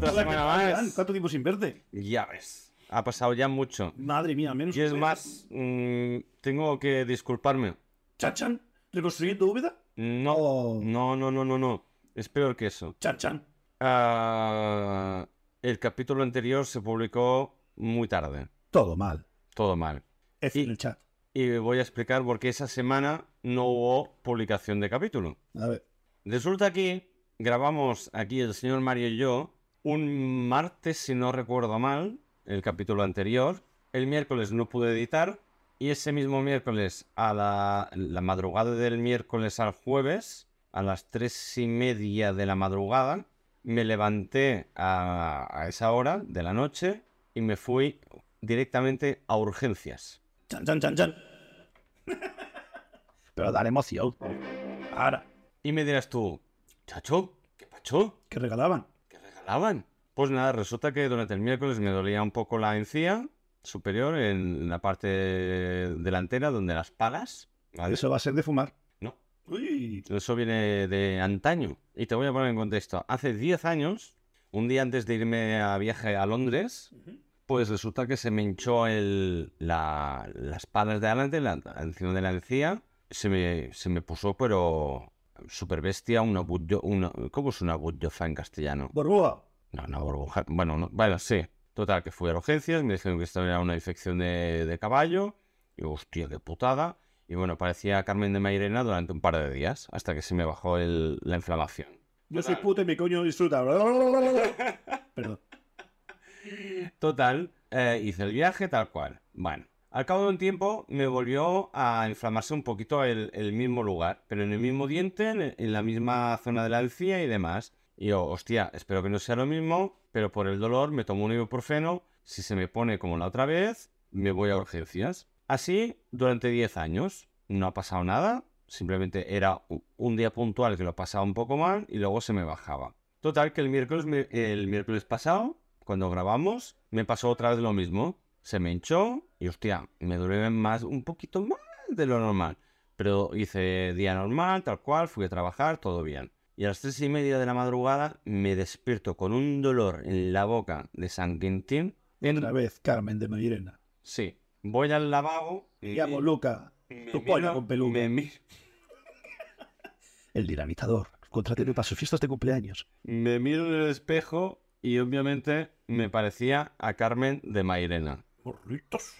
más. Adrián, ¿Cuánto tiempo sin verte? Ya ves. Ha pasado ya mucho. Madre mía, menos. Y es que- más, mm, tengo que disculparme. Chachan, reconstruyendo Úbeda. No, Oh. no, no, no, no, no. Es peor que eso. Chachan. Ah, el capítulo anterior se publicó muy tarde. Todo mal. Todo mal. F en el chat. Y voy a explicar por qué esa semana no hubo publicación de capítulo. A ver. Resulta que grabamos aquí el señor Mario y yo un martes, si no recuerdo mal, el capítulo anterior. El miércoles no pude editar y ese mismo miércoles, a la, la madrugada del miércoles al jueves, a las tres y media de la madrugada, me levanté a, a esa hora de la noche y me fui directamente a urgencias. Chan, chan, chan, chan. Pero dar emoción. Ahora, Y me dirás tú, chacho, ¿qué pacho? que regalaban. ¿Qué regalaban? Pues nada, resulta que durante el miércoles me dolía un poco la encía superior en la parte delantera donde las palas. ¿vale? Eso va a ser de fumar. No, Uy, eso viene de antaño. Y te voy a poner en contexto. Hace 10 años, un día antes de irme a viaje a Londres, pues resulta que se me hinchó el, la, las palas de adelante, la, encima de la encía. Se me, se me puso, pero super bestia, una, bullo- una ¿Cómo es una bullofa en castellano? Borboa. No, una burbuja. Bueno, no, bueno, sí. Total, que fui a urgencias, me dijeron que estaba era una infección de, de caballo. Y digo, hostia, qué putada. Y bueno, parecía Carmen de Mairena durante un par de días, hasta que se me bajó el- la inflamación. Yo soy puta y mi coño disfruta. Perdón. Total, eh, hice el viaje tal cual. Bueno, al cabo de un tiempo me volvió a inflamarse un poquito el, el mismo lugar, pero en el mismo diente, en, en la misma zona de la encía y demás. Y yo, hostia, espero que no sea lo mismo, pero por el dolor me tomo un ibuprofeno. Si se me pone como la otra vez, me voy a urgencias. Así durante 10 años. No ha pasado nada, simplemente era u- un día puntual que lo pasaba un poco mal y luego se me bajaba. Total, que el miércoles, me- el miércoles pasado, cuando grabamos, me pasó otra vez lo mismo. Se me hinchó y, hostia, me duré más, un poquito más de lo normal. Pero hice día normal, tal cual, fui a trabajar, todo bien. Y a las tres y media de la madrugada me despierto con un dolor en la boca de San Quintín. En- Otra vez, Carmen de Mairena. Sí, voy al lavabo y... Llamo Luca, me pues, tu pollo miro- con peluca. Me, mi- el dinamizador. Contrateme para sus fiestas de cumpleaños. me miro en el espejo y obviamente me parecía a Carmen de Mairena. Burritos.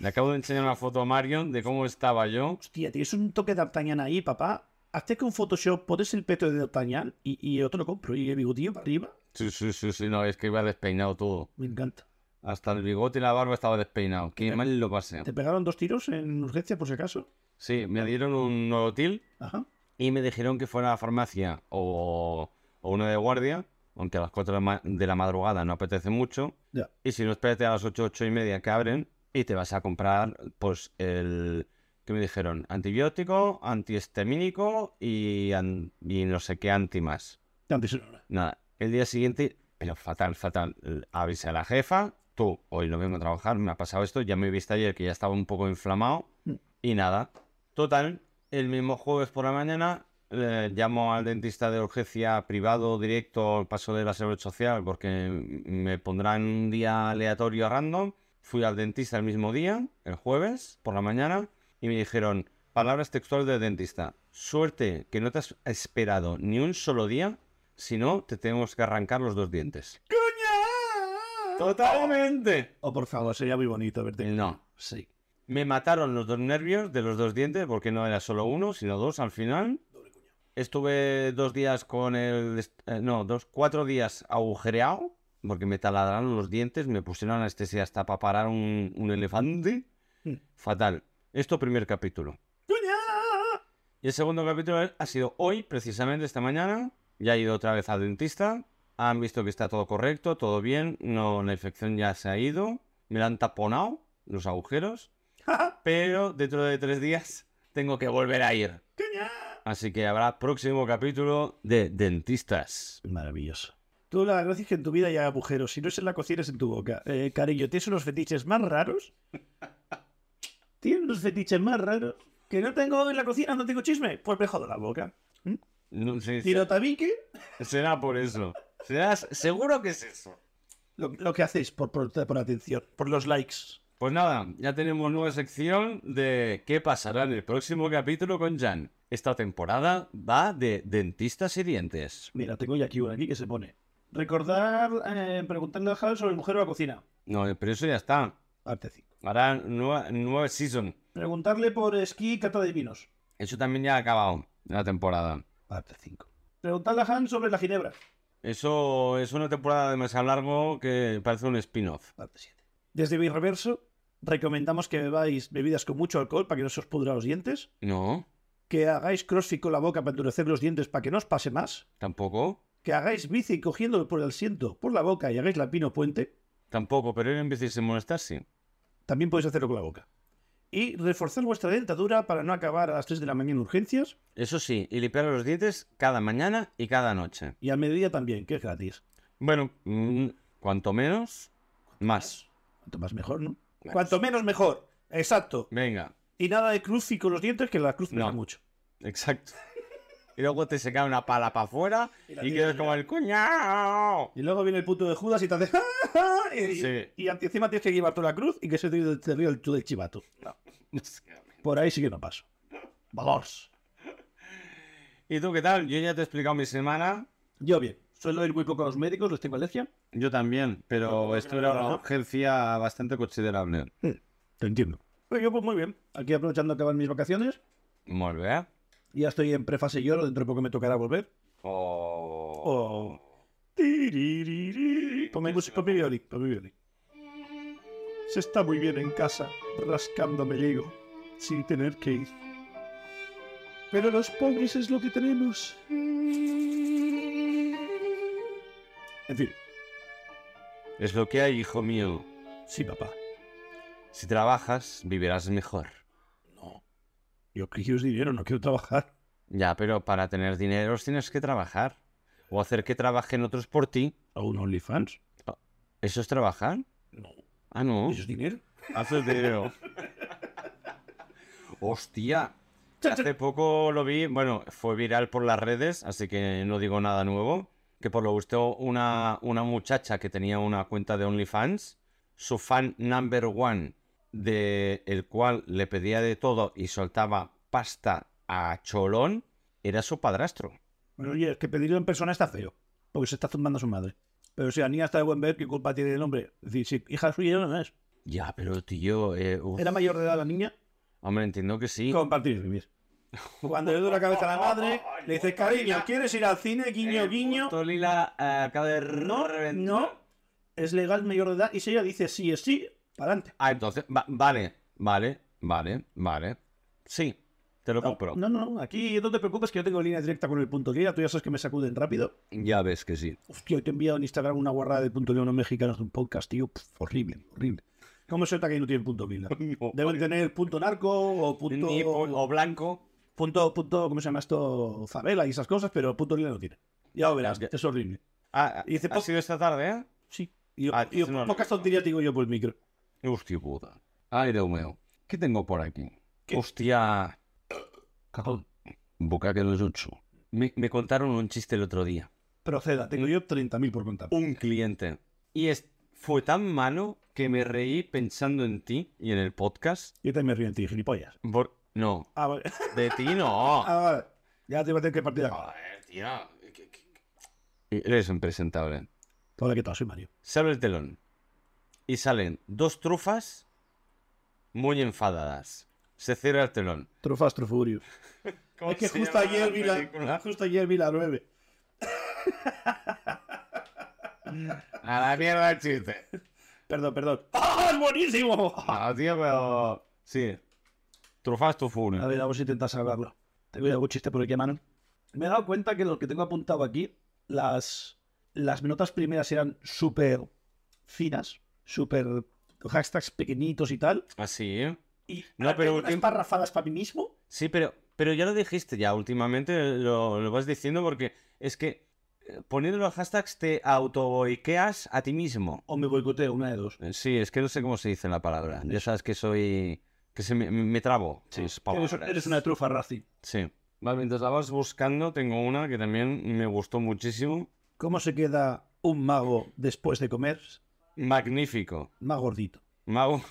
Le acabo de enseñar una foto a Marion de cómo estaba yo. Hostia, tienes un toque de D'Artagnan ahí, papá. Hazte con Photoshop, pones el peto de D'Artagnan y, y yo te lo compro. Y el bigotillo para arriba. Sí, sí, sí, sí, no, es que iba despeinado todo. Me encanta. Hasta el bigote y la barba estaba despeinado. Qué mal lo pasé. ¿Te pegaron dos tiros en urgencia, por si acaso? Sí, me dieron un Nolotil Ajá. y me dijeron que fuera a la farmacia o, o una de guardia, aunque a las 4 de la, ma- de la madrugada no apetece mucho. Ya. Y si no, espérate a las 8, 8 y media que abren y te vas a comprar, pues, el... ¿Qué me dijeron? Antibiótico, antihistamínico y, an- y no sé qué anti más. Antes era hora. Nada, el día siguiente, pero fatal, fatal. l- Avisé a la jefa, tú, hoy no vengo a trabajar, me ha pasado esto, ya me viste ayer que ya estaba un poco inflamado Mm. y nada. Total, el mismo jueves por la mañana eh, llamo al dentista de urgencia privado directo al paso de la seguridad social porque m- me pondrán un día aleatorio random. Fui al dentista el mismo día, el jueves por la mañana, y me dijeron palabras textuales del dentista. Suerte que no te has esperado ni un solo día si no, te tenemos que arrancar los dos dientes. ¡Totalmente! Oh, por favor, sería muy bonito verte. No. Sí. Me mataron los dos nervios de los dos dientes porque no era solo uno, sino dos al final. Estuve dos días con el... est- eh, no, dos, cuatro días agujereado porque me taladraron los dientes, me pusieron anestesia hasta para parar un, un elefante. Mm. Fatal. Esto primer capítulo. Y el segundo capítulo ha sido hoy, precisamente esta mañana. Ya he ido otra vez al dentista. Han visto que está todo correcto, todo bien. No, la infección ya se ha ido. Me la han taponado los agujeros. Pero dentro de tres días tengo que volver a ir. Así que habrá próximo capítulo de dentistas. Maravilloso. Tú la gracia es que en tu vida ya hay agujeros. Si no es en la cocina, es en tu boca. Eh, cariño, tienes unos fetiches más raros. Tienes unos fetiches más raros. Que no tengo en la cocina, no tengo chisme. Pues me jodo la boca. No sé, Tiro tabique. será por eso. Será- seguro que es eso. Lo, lo que hacéis por, por, por atención, por los likes. Pues nada, ya tenemos nueva sección de qué pasará en el próximo capítulo con Jan. Esta temporada va de dentistas y dientes. Mira, tengo ya aquí una aquí que se pone. Recordar, eh, preguntarle a Javi sobre el mujer o la cocina. No, pero eso ya está. Arte 5. Ahora nueva, nueva season. Preguntarle por esquí y cata de vinos. Eso también ya ha acabado la temporada. Parte 5. Preguntarle a Han sobre la ginebra. Eso es una temporada demasiado largo que parece un spin-off. Parte 7. Desde mi reverso, recomendamos que bebáis bebidas con mucho alcohol para que no se os pudra los dientes. No, Que hagáis crossfit con la boca para endurecer los dientes para que no os pase más. tampoco. Que hagáis bici cogiéndolo por el asiento, por la boca y hagáis la pino puente. Tampoco, pero él empieza a molestarse. También podéis hacerlo con la boca. Y reforzar vuestra dentadura para no acabar a las 3 de la mañana en urgencias. Eso sí, y limpiar los dientes cada mañana y cada noche. Y al mediodía también, que es gratis. Bueno, mm, cuanto menos, más. Cuanto más mejor, ¿no? Cuanto menos mejor. Exacto. Venga, Y nada de cruz y con los dientes, que la cruz me No. da mucho. exacto. Y luego te se cae una pala para afuera Y la y tienes quedas que como el cuñado. Y luego viene el punto de Judas y te hace. "Ah", y, Sí. y encima tienes que llevar tú la cruz y que se te, te ríe el tú del chivato. Por ahí sí que no paso. Valors. ¿Y tú qué tal? Yo ya te he explicado mi semana. Yo bien. Suelo ir muy poco a los médicos, les tengo alergia. Yo también, pero esto era una urgencia bastante considerable. Te entiendo. Pero yo, pues muy bien. Aquí aprovechando acabar mis vacaciones. Muy bien. Ya estoy en prefase lloro, dentro de poco me tocará volver. Oh. O. Tiririri. Pon mi música, pon mi violín, pon mi violín. Se está muy bien en casa, rascándome el ego, sin tener que ir. Pero los pobres es lo que tenemos. En fin, Es lo que hay, hijo mío. sí, papá. Si trabajas, vivirás mejor. Yo que quiero es dinero, no quiero trabajar. Ya, pero para tener dinero tienes que trabajar. O hacer que trabajen otros por ti. ¿A un OnlyFans? ¿Eso es trabajar? No. Ah, no. ¿Eso es dinero? Haces dinero. Hostia. Hace poco lo vi, bueno, fue viral por las redes, así que no digo nada nuevo. Que por lo visto una, una muchacha que tenía una cuenta de OnlyFans, su fan number one, de el cual le pedía de todo y soltaba pasta a cholón, era su padrastro. Bueno, oye, es que pedirlo en persona está feo, porque se está zumbando a su madre. Pero si la niña está de buen ver, ¿qué culpa tiene el hombre? Es decir, si hija suya no es. Ya, pero tío, eh, uf. ¿Era mayor de edad la niña? hombre, entiendo que sí. Compartir y vivir. Cuando le doy la cabeza a la madre, le dices, cariño, ¿quieres ir al cine? Guiño, guiño. Tolila eh, acaba de No, no. Es legal mayor de edad. Y si ella dice sí es sí, para adelante. Ah, entonces, va- vale, vale, vale, vale. Sí, te lo compro. No, no, no. Aquí no te preocupes que yo tengo línea directa con el punto lira. Tú ya sabes que me sacuden rápido. Ya ves que sí. Hostia, hoy te he enviado en Instagram una guarrada de punto lira mexicanos de un podcast, tío. Pf, horrible, horrible. ¿Cómo se nota que ahí no tienen punto lira? Deben tener punto narco o punto, Ni pol- o blanco. punto, punto, ¿cómo se llama esto? Favela y esas cosas, pero punto lira no tiene. Ya lo verás, Es que- es horrible. Ah, Y dice, ha po- sido esta tarde, ¿eh? Sí. Y, Ah, y sí, no, no. pocas tonterías digo yo por el micro. Hostia puta. Ay, Dios mío. ¿Qué tengo por aquí? ¿Qué? Hostia. Oh, Boca que no es ocho. Me, me contaron un chiste el otro día. Proceda, tengo yo 30.000 por contar. Un cliente. Y es, fue tan malo que me reí pensando en ti y en el podcast. Yo también este me río en ti, gilipollas. Por- No, Ah, vale. de ti no. Ah, vale. Ya te voy a tener que partir la cara. Joder, tío. Eres un presentable. Hola, ¿qué tal? Soy Mario. Se abre el telón y salen dos trufas muy enfadadas. Se cierra el telón. Trofas, trofurios. Es que justo ayer, vi la, justo ayer vi la 9. A la mierda el chiste. Perdón, perdón. ¡Ah, es buenísimo! A Ah, No, tío, pero... Sí. Trufas tu ver, vamos a intentar salvarlo. Tengo ya algún chiste por aquí, a mano. Me he dado cuenta que lo que tengo apuntado aquí, las, las notas primeras eran súper finas, súper hashtags pequeñitos y tal. Así, ¿eh? Y No, pero no, pero unas últim- parrafadas para mí mismo. Sí, pero, pero ya lo dijiste ya. Últimamente lo, lo vas diciendo porque es que eh, poniendo los hashtags te autoiqueas a ti mismo. O me boicoteo, una de dos. Eh, Sí, es que no sé cómo se dice la palabra. Ya sabes que soy. que se me, me trabo. Sí, es Eres, eres una trufa Razi. Sí. Vale, mientras la vas buscando, tengo una que también me gustó muchísimo. ¿Cómo se queda un mago después de comer? Magnífico. Más gordito. Mau,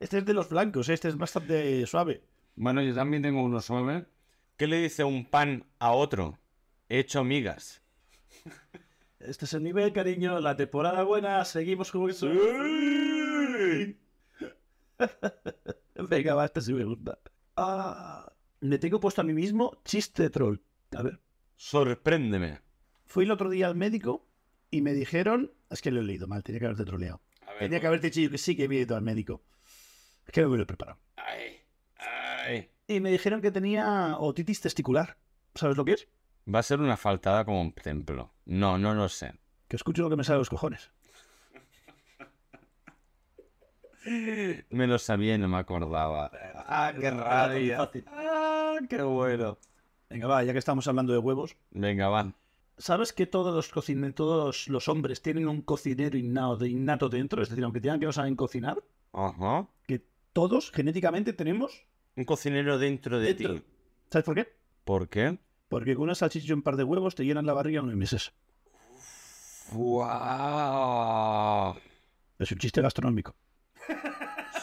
Este es de los blancos, este es bastante suave. Bueno, yo también tengo uno suave. ¿Qué le dice un pan a otro? Hecho migas. Este es el nivel, cariño. La temporada buena, seguimos con eso. Venga, va, este sí me gusta. Ah, me tengo puesto a mí mismo chiste troll. A ver. Sorpréndeme. Fui el otro día al médico y me dijeron. Es que lo he leído mal, tenía que haberte troleado. A Tenía que haber dicho yo que sí que había ido al médico. Es que no me lo he preparado. Ay, ay. Y me dijeron que tenía otitis testicular. ¿Sabes lo que es? Va a ser una faltada como un templo. No, no lo sé. Que escucho lo que me sale de los cojones. Me lo sabía y no me acordaba. Ah, qué rabia. Fácil. Ah, qué bueno. Venga, va, ya que estamos hablando de huevos. Venga, va. ¿Sabes que todos los cocine- todos los hombres tienen un cocinero innato, innato dentro? Es decir, aunque tengan que no saben cocinar, Ajá. que todos genéticamente tenemos. Un cocinero dentro de Dentro. ti. ¿Sabes por qué? ¿Por qué? Porque con una salchicha y un par de huevos te llenan la barriga unos meses. ¡Wow! Es un chiste gastronómico.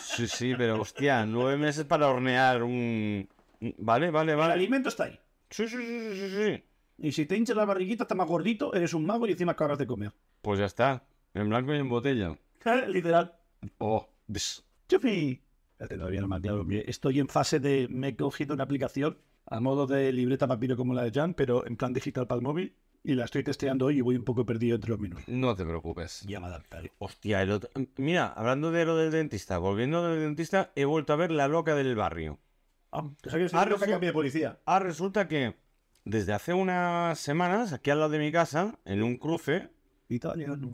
Sí, sí, pero hostia, nueve meses para hornear un... un- Vale, vale, El vale. alimento está ahí. Sí, sí, sí, sí, sí, sí. Y si te hinchas la barriguita, está más gordito, eres un mago y encima acabas de comer. Pues ya está. En blanco y en botella. Literal. Oh, ps. ¡Chupi! Espérate, todavía no me aclaro bien. Estoy en fase de. Me he cogido una aplicación a modo de libreta papiro como la de Jan, pero en plan digital para el móvil. Y la estoy testeando hoy y voy un poco perdido entre los minutos. no te preocupes. Ya me adaptaré. Hostia, el otro... Mira, hablando de lo del dentista, volviendo del dentista, he vuelto a ver la loca del barrio. Ah, o sea que Ah, ah, no resu- cambia de policía. Ah, resulta que desde hace unas semanas, aquí al lado de mi casa, en un cruce, Italia, no.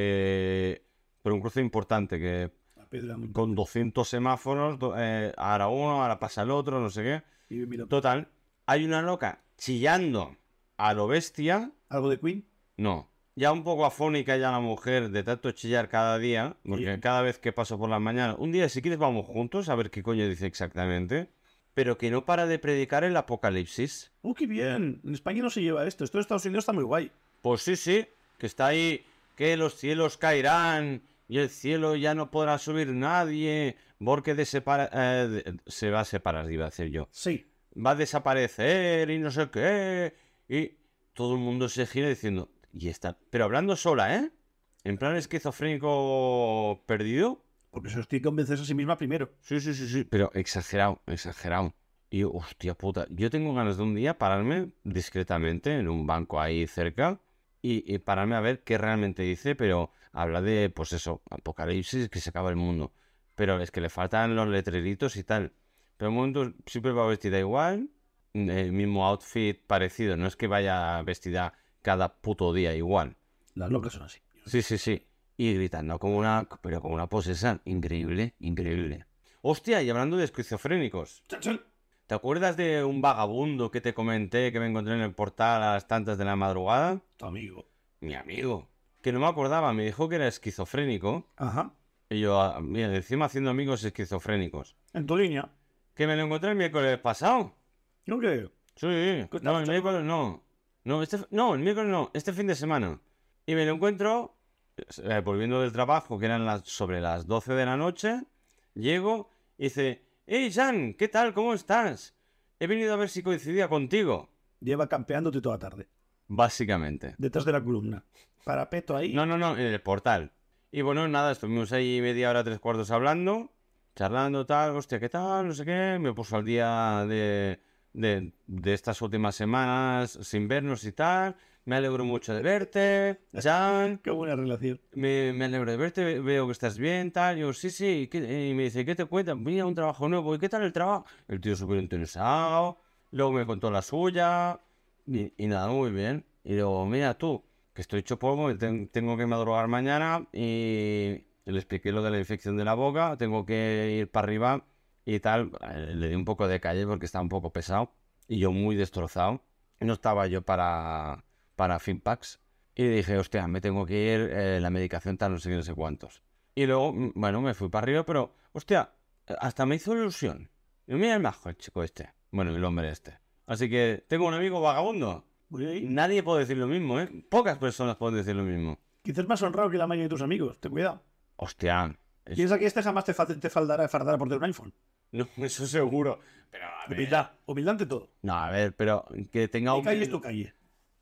que... Pero un cruce importante, que La piedra, no. con 200 semáforos, do- eh, ahora uno, ahora pasa el otro, no sé qué. Y mira, Total, hay una loca chillando a lo bestia. algo de Queen. No, ya un poco afónica ya la mujer de tanto chillar cada día, porque Sí. cada vez que paso por la mañana, un día si quieres vamos juntos a ver qué coño dice exactamente, pero que no para de predicar el apocalipsis. ¡Uh, qué bien! En España no se lleva esto. Esto en Estados Unidos está muy guay. Pues sí, sí, que está ahí, que los cielos caerán y el cielo ya no podrá subir nadie, porque de separa- eh, de- se va a separar, iba a decir yo. Sí. va a desaparecer y no sé qué. Y todo el mundo se gira diciendo, y está. Pero hablando sola, ¿eh? En plan esquizofrénico perdido. Porque se os tiene que convencer a sí misma primero. Sí, sí, sí, sí. Pero exagerado, exagerado. Y hostia puta, yo tengo ganas de un día pararme discretamente en un banco ahí cerca y, y pararme a ver qué realmente dice, pero habla de, pues eso, apocalipsis, que se acaba el mundo. Pero es que le faltan los letreritos y tal. Pero en momento siempre va vestida igual, el mismo outfit parecido, no es que vaya vestida cada puto día igual. Las locas son así. Sí, sí, sí. Y gritando como una, pero como una posesa. Increíble, increíble. Hostia, y hablando de esquizofrénicos. ¿Te acuerdas de un vagabundo que te comenté que me encontré en el portal a las tantas de la madrugada? Tu amigo. Mi amigo. Que no me acordaba, me dijo que era esquizofrénico. Ajá. Y yo, ah, mira, encima haciendo amigos esquizofrénicos. En tu línea. Que me lo encontré el miércoles pasado. ¿No qué? Sí, no, el miércoles no. No, este, no, el miércoles no, este fin de semana. Y me lo encuentro, eh, volviendo del trabajo, que eran las, sobre las 12 de la noche, llego y dice, hey Jan, ¿qué tal? ¿Cómo estás? He venido a ver si coincidía contigo. Lleva campeándote toda tarde. Básicamente. Detrás de la columna. Parapeto ahí. No, no, no, en el portal. Y bueno, nada, estuvimos ahí media hora, tres cuartos hablando, charlando, tal, hostia, ¿qué tal? No sé qué. Me puso al día de, de, de estas últimas semanas sin vernos y tal. Me alegro mucho de verte, Jan. Qué buena relación. Me, me alegro de verte, veo que estás bien, tal. Yo, sí, sí. ¿qué-?" Y me dice, ¿qué te cuentas? Mira, un trabajo nuevo. ¿Y qué tal el trabajo? El tío súper interesado. Luego me contó la suya. Y, y nada, muy bien. Y luego, mira tú, que estoy hecho polvo, que ten- tengo que madrugar mañana. Y le expliqué lo de la infección de la boca. Tengo que ir para arriba y tal. Eh, Le di un poco de calle porque estaba un poco pesado. Y yo muy destrozado. No estaba yo para, para Finpacks. Y dije, hostia, me tengo que ir, eh, la medicación tal, no sé qué, no sé cuántos. Y luego, mm, bueno, me fui para arriba, pero, hostia, hasta me hizo ilusión. Y mira el majo, el chico este. Bueno, el hombre este. Así que, tengo un amigo vagabundo. Voy Nadie puede decir lo mismo, ¿eh? Pocas personas pueden decir lo mismo. Quizás más honrado que la mayoría de tus amigos. Ten cuidado. Hostia. es- Piensa que este jamás te, fa- te faldará, fardará por tener un iPhone. No, eso seguro. Pero a ver. Humildad. Humildad ante todo. No, a ver, pero que tenga Mi un. calle es tu calle.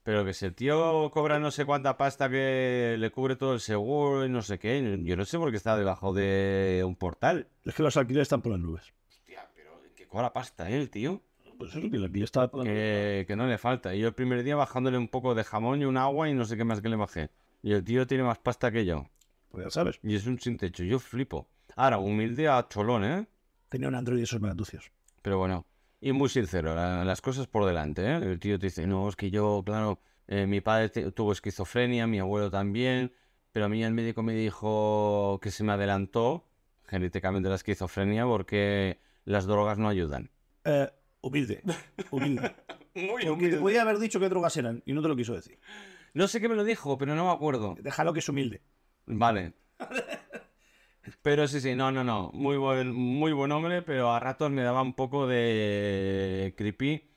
Pero que si el tío cobra no sé cuánta pasta que le cubre todo el seguro y no sé qué. Yo no sé por qué está debajo de un portal. Es que los alquileres están por las nubes. Hostia, pero que cobra pasta, ¿eh, el tío? Pues eso, que el alquiler está por las nubes. Que, que no le falta. Y yo el primer día bajándole un poco de jamón y un agua y no sé qué más que le bajé. Y el tío tiene más pasta que yo. Pues ya sabes. Y es un sin techo. Yo flipo. Ahora, humilde a cholón, ¿eh? Tenía un Android de esos malatucios. Pero bueno, y muy sincero, la- las cosas por delante, ¿eh? El tío te dice, no, es que yo, claro, eh, mi padre te- tuvo esquizofrenia, mi abuelo también, pero a mí el médico me dijo que se me adelantó genéticamente la esquizofrenia porque las drogas no ayudan. Eh, humilde. Humilde. Muy Porque te podía haber dicho qué drogas eran y no te lo quiso decir. No sé qué me lo dijo, pero no me acuerdo. Déjalo que es humilde. Vale. Pero sí, sí, no, no, no. Muy buen, muy buen hombre, pero a ratos me daba un poco de creepy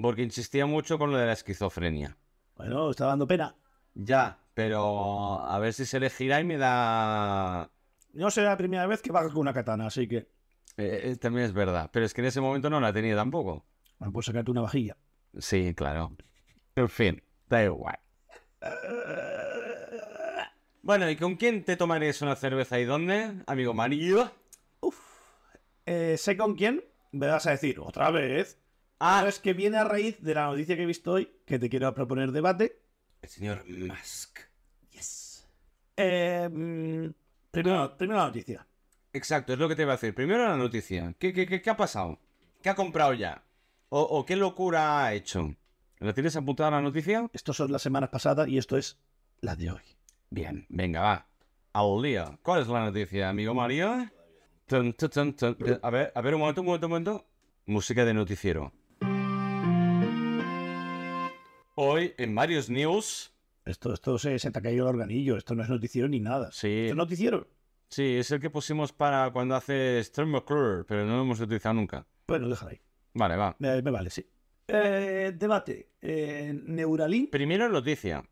porque insistía mucho con lo de la esquizofrenia. Bueno, está dando pena. Ya, pero a ver si se le gira y me da... No será la primera vez que baja con una katana, así que Eh, eh, también es verdad, pero es que en ese momento no la tenía tampoco. bueno, puedes sacarte una vajilla. Sí, claro. En fin, da igual. Bueno, ¿y con quién te tomarías una cerveza y dónde, amigo Mario? Eh, sé con quién me vas a decir otra vez. Ah, Ah, es que viene a raíz de la noticia que he visto hoy, que te quiero proponer debate. el señor Musk. Yes. Eh, mm, primero, primero la noticia. Exacto, es lo que te iba a decir. Primero la noticia. ¿Qué, qué, qué, qué ha pasado? ¿Qué ha comprado ya? ¿O, o qué locura ha hecho? ¿La tienes apuntada la noticia? Estos son las semanas pasadas y esto es la de hoy. Bien, venga, va. Al lío. ¿Cuál es la noticia, amigo Mario? Tun, tun, tun, tun. Eh, A ver, a ver, un momento, un momento, un momento. Música de noticiero. Hoy en Marios News. Esto, esto se, se te ha caído el organillo. Esto no es noticiero ni nada. Sí, Esto es noticiero. sí, es el que pusimos para cuando hace Storm Clear, pero no lo hemos utilizado nunca. Bueno, déjala ahí. Vale, va. Me, me vale, sí. Eh, debate. Eh, Neuralink Primero noticia.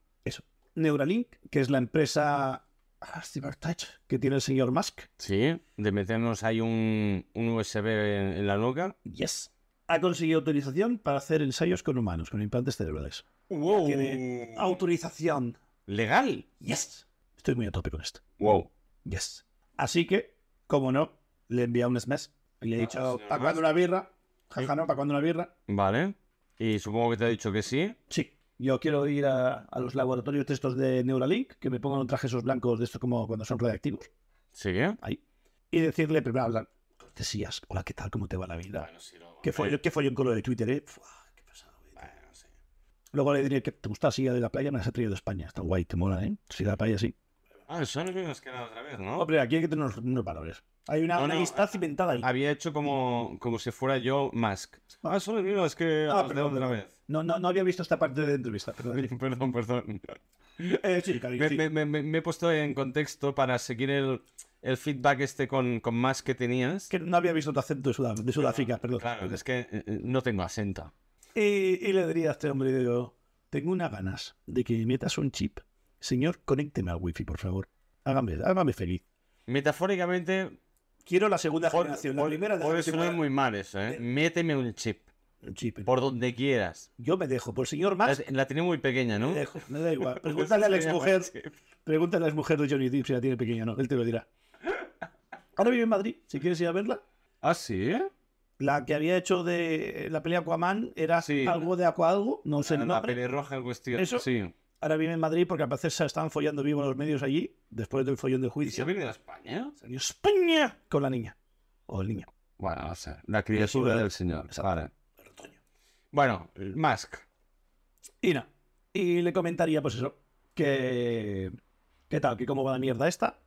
Neuralink, que es la empresa ah, CyberTouch que tiene el señor Musk. Sí, de meternos ahí un, un USB en, en la nuca. Yes. Ha conseguido autorización para hacer ensayos con humanos, con implantes cerebrales. ¡Wow! Tiene autorización. ¿Legal? Yes. Estoy muy a tope con esto. ¡Wow! Yes. Así que, como no, le envía un SMS y le he Ah, dicho, señor ¿para cuándo una birra? Jaja, no, ¿para cuándo una birra? Vale. Y supongo que te ha dicho que sí. Sí. Yo quiero ir a, a los laboratorios de estos de Neuralink, que me pongan un traje esos blancos de estos como cuando son radiactivos. Sí, ¿eh? Ahí. Y decirle primero, hablan, cortesías, hola, ¿qué tal? ¿Cómo te va la vida? Que fue, que fue en color de Twitter, ¿eh? Fua, qué pasado, güey. Luego le diré que te gusta la silla de la playa, me las he traído de España. Está guay, te mola, ¿eh? Silla de la playa, sí. Ah, eso no nos queda otra vez, ¿no? Hombre, aquí hay que tener unos, unos valores. Hay una, No, una no. amistad cimentada ahí. Había hecho como, como si fuera yo Musk. Ah, solo digo, es que... Ah, Ah, perdón. perdón, otra vez. No, no, no había visto esta parte de la entrevista, perdón. Perdón, perdón. Eh, sí, cariño, Me, sí. me- me- me- me he puesto en contexto para seguir el, el feedback este con, con Musk que tenías. Es que no había visto tu acento de, Sudá- de Sudáfrica, perdón. Claro, es que eh, eh, no tengo acento. Y, y le diría a este hombre, digo, tengo unas ganas de que me metas un chip. Señor, conécteme al wifi, por favor. Hágame, hágame feliz. Metafóricamente, Quiero la segunda Por- generación, la por- primera de la puede segunda- sonar muy mal eso, ¿eh? de- Méteme un chip. Un chip. Por donde quieras. Yo me dejo, por señor La, Max, la tiene muy pequeña, ¿no? me dejo, me da igual. Eh, Pregúntale a la exmujer, Sí. pregúntale a la exmujer de Johnny Depp si la tiene pequeña o no, él te lo dirá. Ahora vive en Madrid, si quieres ir a verla. ¿Ah, sí? La que había hecho de la pelea Aquaman era Sí. algo de Aqua algo, no sé el La nombre. pelirroja en cuestión. Eso. Sí. Ahora vive en Madrid porque al parecer se están follando vivo los medios allí, después del follón del ¿Y si juicio. viene de España? Salió España con la niña. O el niño. Bueno, o sea, la criatura del señor. Vale. Bueno, Musk. Y no. Y le comentaría, pues eso, que. ¿Qué tal? ¿Que cómo va la mierda esta?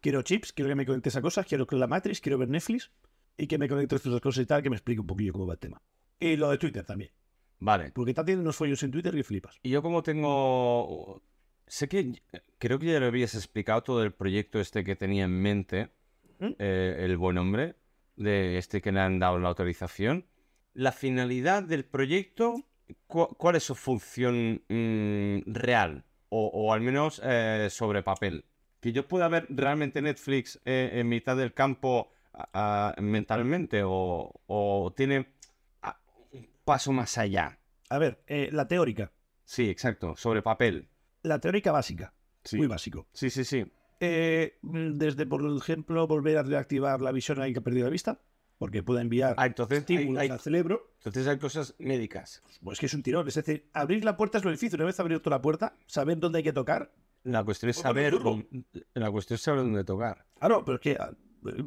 Quiero chips, quiero que me conectes a cosas, quiero que la Matrix, quiero ver Netflix y que me conectes a esas cosas y tal, que me explique un poquillo cómo va el tema. Y lo de Twitter también. Vale. Porque está teniendo unos follos en Twitter que flipas. Y yo como tengo... Sé que creo que ya lo habías explicado todo el proyecto este que tenía en mente ¿Mm? eh, el buen hombre, de este que le han dado la autorización. La finalidad del proyecto cu- cuál es su función mm, real? O, o al menos eh, sobre papel. Que yo pueda ver realmente Netflix eh, en mitad del campo a- a- mentalmente o, o tiene a- un paso más allá. A ver, eh, la teórica. Sí, exacto, sobre papel. La teórica básica. Sí, Muy básico. sí, sí. sí. Eh, desde, por ejemplo, volver a reactivar la visión a alguien que ha perdido la vista, porque puede enviar Ah, entonces, hay- estímulos hay- al cerebro. entonces hay cosas médicas. Pues que es un tirón. Es decir, abrir la puerta es lo difícil. Una vez abierto la puerta, saber dónde hay que tocar. La cuestión es Voy con el saber, turbo. dónde- la cuestión es saber dónde tocar. Ah, no, pero es que ah,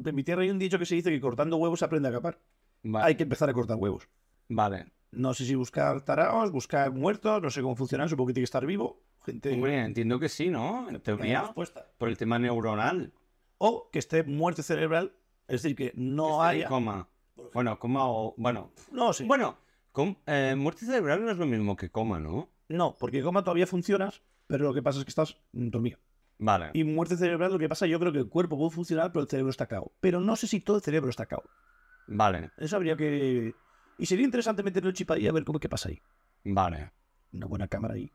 en mi tierra hay un dicho que se dice que cortando huevos se aprende a capar. Va- Hay que empezar a cortar huevos. Vale. No sé si buscar taraos, buscar muertos, no sé cómo funcionan. Supongo que tiene que estar vivo. Gente Hombre, entiendo que sí, ¿no? En que haya teoría, respuesta. por el tema neuronal. O que esté muerte cerebral. Es decir, que no hay haya. Este Coma. Bueno, coma o. Bueno, No, sí. bueno com- eh, muerte cerebral no es lo mismo que coma, ¿no? No, porque coma todavía funcionas, pero lo que pasa es que estás mm, dormido. Vale. Y muerte cerebral, lo que pasa, yo creo que el cuerpo puede funcionar, pero el cerebro está cao. Pero no sé si todo el cerebro está cao. Vale, Eso habría que. Y sería interesante meterle un chip ahí a ver cómo qué pasa ahí. vale. Una buena cámara ahí.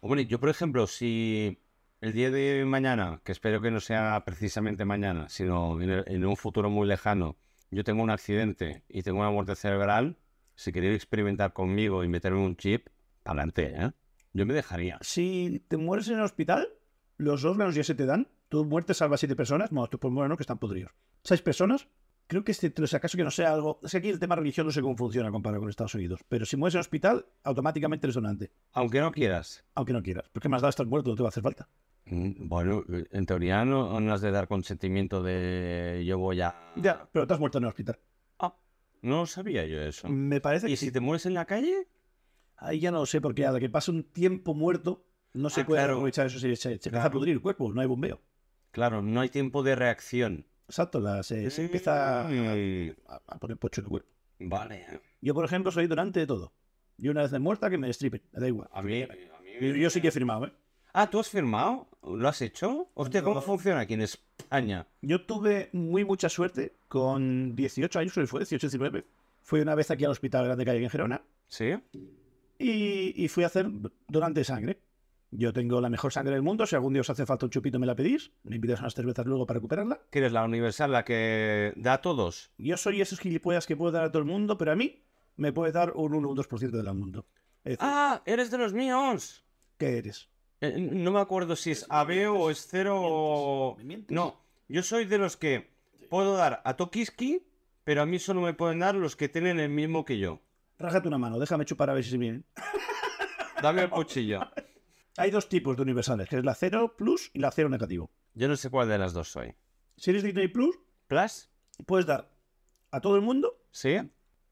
Hombre, yo, por ejemplo, si el día de mañana, que espero que no sea precisamente mañana, sino en, el- en un futuro muy lejano, yo tengo un accidente y tengo una muerte cerebral, si queréis experimentar conmigo y meterme un chip, adelante, ¿eh? Yo me dejaría. Si te mueres en el hospital, los órganos ya se te dan. Tu muerte salva a siete personas. Bueno, tus pulmones no, que están podridos. Seis personas. Creo que este, si acaso que no sea algo. Es que aquí el tema religión no sé cómo funciona comparado con Estados Unidos. Pero si mueres en el hospital, automáticamente eres donante. Aunque no quieras. Aunque no quieras. Porque más da estar muerto, no te va a hacer falta. Mm, Bueno, eh, en teoría no, no has de dar consentimiento de yo voy a... Ya, pero te has muerto en el hospital. No sabía yo eso. Me parece que ¿Y Mm, sí. si te mueres en la calle? Ahí ya no lo sé, porque a la que pasa un tiempo muerto, no se Ah, puede claro. aprovechar eso. Se, se, se empieza a Claro. pudrir el cuerpo, no hay bombeo. Claro, no hay tiempo de reacción. Exacto, la- se, se empieza a, Mm, a poner pocho en el cuerpo. Vale. Yo, por ejemplo, soy donante de todo. Y una vez de muerta, que me destripen, me da igual. A mí... a mí- Yo, yo sí que he firmado, ¿eh? Ah, ¿tú has firmado? ¿Lo has hecho? Hostia, ¿cómo No. funciona aquí en España? Yo tuve muy mucha suerte con 18 años, creo que fue 18, 19. Fui una vez aquí al hospital grande que hay en Gerona ¿Sí? y, y fui a hacer donante de sangre. Yo tengo la mejor sangre del mundo. Si algún día os hace falta un chupito, me la pedís. Me invitáis a unas cervezas luego para recuperarla. ¿Que eres la universal, la que da a todos? Yo soy esos gilipollas que puedo dar a todo el mundo, pero a mí me puede dar un 1 o un 2% del mundo. Es decir, ¡Ah! ¡Eres de los míos! ¿Qué eres? Eh, no me acuerdo si es AB o es cero o... No, yo soy de los que puedo dar a Tokiski, pero a mí solo me pueden dar los que tienen el mismo que yo. Rájate una mano, déjame chupar a ver si se vienen. Dame el cuchillo. Hay dos tipos de universales, que es la 0 plus y la 0 negativo. Yo no sé cuál de las dos soy. Si eres Disney Plus, ¿Plus? puedes dar a todo el mundo, ¿Sí?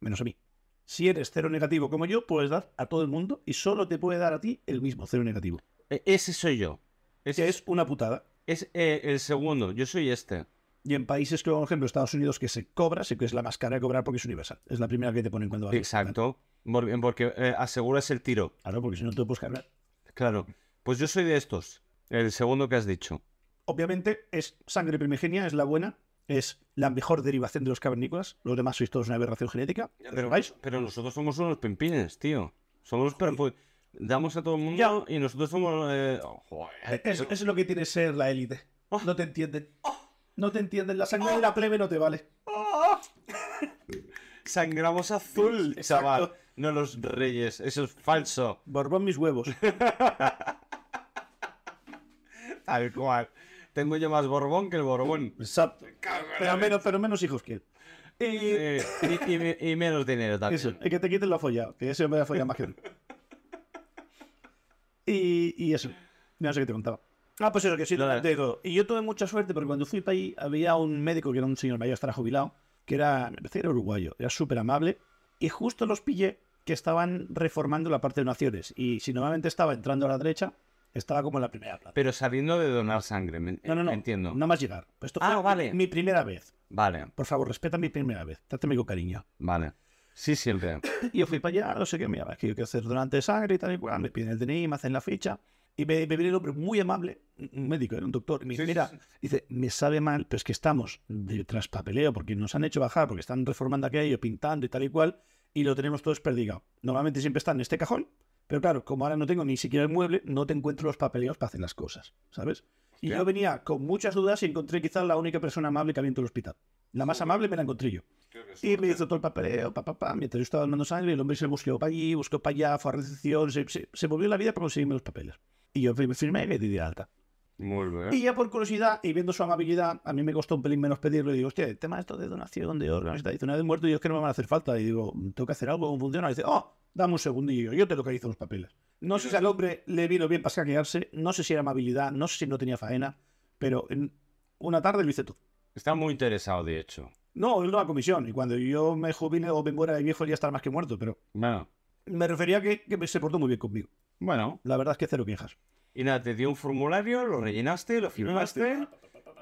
menos a mí. Si eres cero negativo como yo, puedes dar a todo el mundo y solo te puede dar a ti el mismo cero negativo. E- ese soy yo. Que Ese es una putada. es eh, el segundo. Yo soy este. Y en países como, por ejemplo, Estados Unidos, que se cobra, sé que es la más cara de cobrar porque es universal. Es la primera que te ponen cuando vas a- Exacto. Porque, porque, eh, aseguras el tiro. Claro, porque si no te puedes cargar. Claro. Pues yo soy de estos. El segundo que has dicho. obviamente es sangre primigenia, es la buena, es la mejor derivación de los cavernícolas. Los demás sois todos una aberración genética. Pero, ¿Vais? pero nosotros somos unos pimpines, tío. Somos perju- Damos a todo el mundo y nosotros somos... eh, joder, Eso, Oh. eso es lo que tiene ser la élite. No te entienden. No te entienden. La sangre de la plebe no te vale. Sangramos azul, Exacto. chaval. No los reyes. Eso es falso. Borbón mis huevos. Tal cual. Tengo yo más borbón que el borbón. Exacto. Pero menos, pero menos hijos que él. Y Eh, y, y me- y menos dinero también. eso, el que te quiten la folla. Que ese me la folla más que él. Y, y eso. No sé qué te contaba. Ah, pues eso, que sí, Nada. de todo. Y yo tuve mucha suerte porque cuando fui para ahí había un médico que era un señor mayor, estaba jubilado, que era, me parece que era uruguayo, era súper amable. Y justo los pillé que estaban reformando la parte de donaciones. Y si normalmente estaba entrando a la derecha, estaba como en la primera planta. Pero sabiendo de donar sangre, me, No, no, no. entiendo. Nada más llegar. Pues Esto Ah, fue vale. mi primera vez. Vale, Por favor, respeta mi primera vez. Trátame con cariño. vale. Sí, siempre. Y yo fui para allá, no sé qué, mira, es que yo quiero hacer donante de sangre y tal y cual. Me piden el DNI, me hacen la ficha. Y me, me viene el hombre muy amable, un médico, era un doctor, y me dice, Sí, sí, mira, sí. dice, me sabe mal, pero es que estamos de traspapeleo porque nos han hecho bajar, porque están reformando aquello, pintando y tal y cual. y lo tenemos todo esperdigado. Normalmente siempre está en este cajón, pero claro, como ahora no tengo ni siquiera el mueble, no te encuentro los papeleos para hacer las cosas, ¿sabes? Y Hostia. yo venía con muchas dudas y encontré quizás la única persona amable que había en todo el hospital. La más amable me la encontré yo. Y me hizo todo el papeleo, pa, pa, pa, mientras yo estaba dando sangre, el hombre se buscó para allí, buscó para allá, fue a recepción, se, se, se volvió la vida para conseguirme los papeles. Y yo me firmé y me di de alta. Muy bien. Y ya por curiosidad, y viendo su amabilidad, a mí me costó un pelín menos pedirlo. Y digo, hostia, el tema esto de donación de órganos, y tal, dice, una vez muerto, yo es que no me van a hacer falta. Y digo, tengo que hacer algo, ¿cómo funciona? Y dice, oh, dame un segundillo, yo te localizo los papeles. No sé si al hombre le vino bien para escaquearse, no sé si era amabilidad, no sé si no tenía faena, pero en una tarde lo hice todo. Está muy interesado, de hecho. No, él no a comisión, y cuando yo me jubile o me muera de viejo, él ya estará más que muerto, pero Bueno, me refería a que, que se portó muy bien conmigo. bueno. La verdad es que cero quejas. Y nada, te dio un formulario, lo rellenaste, lo firmaste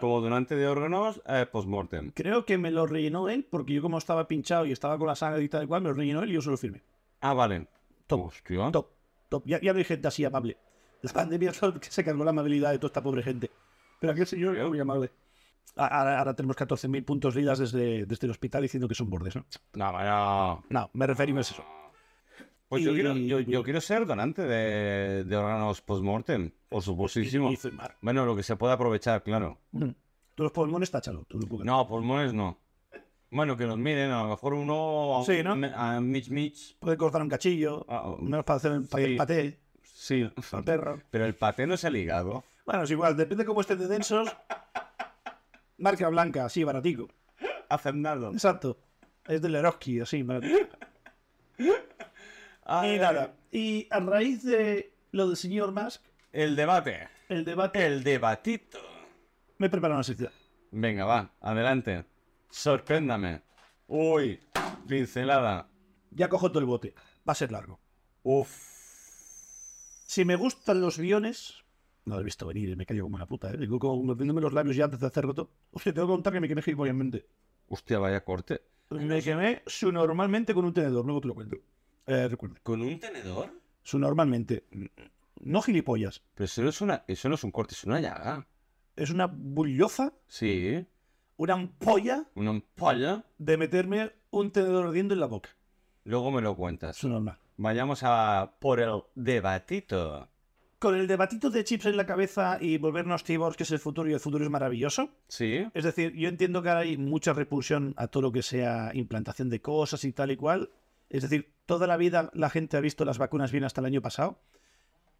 como donante de órganos eh, post-mortem. Creo que me lo rellenó él, porque yo como estaba pinchado y estaba con la sangre y tal y cual, me lo rellenó él y yo se lo firmé. Ah, vale. Top. Hostia. Top, top. Ya, ya no hay gente así amable. La pandemia es lo que se cargó la amabilidad de toda esta pobre gente. Pero aquel señor era muy amable. A- Ahora, ahora tenemos 14.000 puntos de idas desde, desde el hospital diciendo que son bordes, ¿no? No, no. No, me referimos a eso. Pues yo, Y- quiero, yo, yo quiero ser donante de, de órganos post-mortem, por supuestísimo. Y- y firmar. Bueno, lo que se pueda aprovechar, claro. Mm. Tú los pulmones, táchalo. Tú lo No, pulmones no. Bueno, que los miren, a lo mejor uno a- Sí, ¿no? a Mitch Mitch. Puede cortar un cachillo, Ah, menos para hacer el, para el sí. paté, Sí, para el perro. pero el paté no es el hígado. Bueno, es igual, depende cómo estén de densos. Marca blanca, así, baratico. Hacendado. Exacto. Es del Eroski, así. ¿no? Ah, Y nada. Y a raíz de lo del señor Musk, El debate. el debate, El debatito. me preparo una sección. Venga, va, adelante. Sorpréndame. Uy, pincelada. Ya cojo todo el bote. Va a ser largo. Uf. Si me gustan los guiones. No lo he visto venir, me callo como una puta, ¿eh? Digo, como metiéndome los labios ya antes de hacerlo todo. Hostia, tengo que contar que me quemé gilipollas. Hostia, vaya corte. Pues Me quemé su normalmente con un tenedor, luego te lo cuento. Eh, recuerda. ¿Con un tenedor? Su normalmente. mm, No gilipollas. Pero eso no es, una, eso no es un corte, es una llaga. Es una bulloza, Sí, una ampolla una ampolla. de meterme un tenedor ardiendo en la boca. Luego me lo cuentas. Su normal. Vayamos a por el debatito. Con el debatito de chips en la cabeza y volvernos cyborgs, que es el futuro y el futuro es maravilloso. Sí, Es decir, yo entiendo que ahora hay mucha repulsión a todo lo que sea implantación de cosas y tal y cual. Es decir, toda la vida la gente ha visto las vacunas bien hasta el año pasado.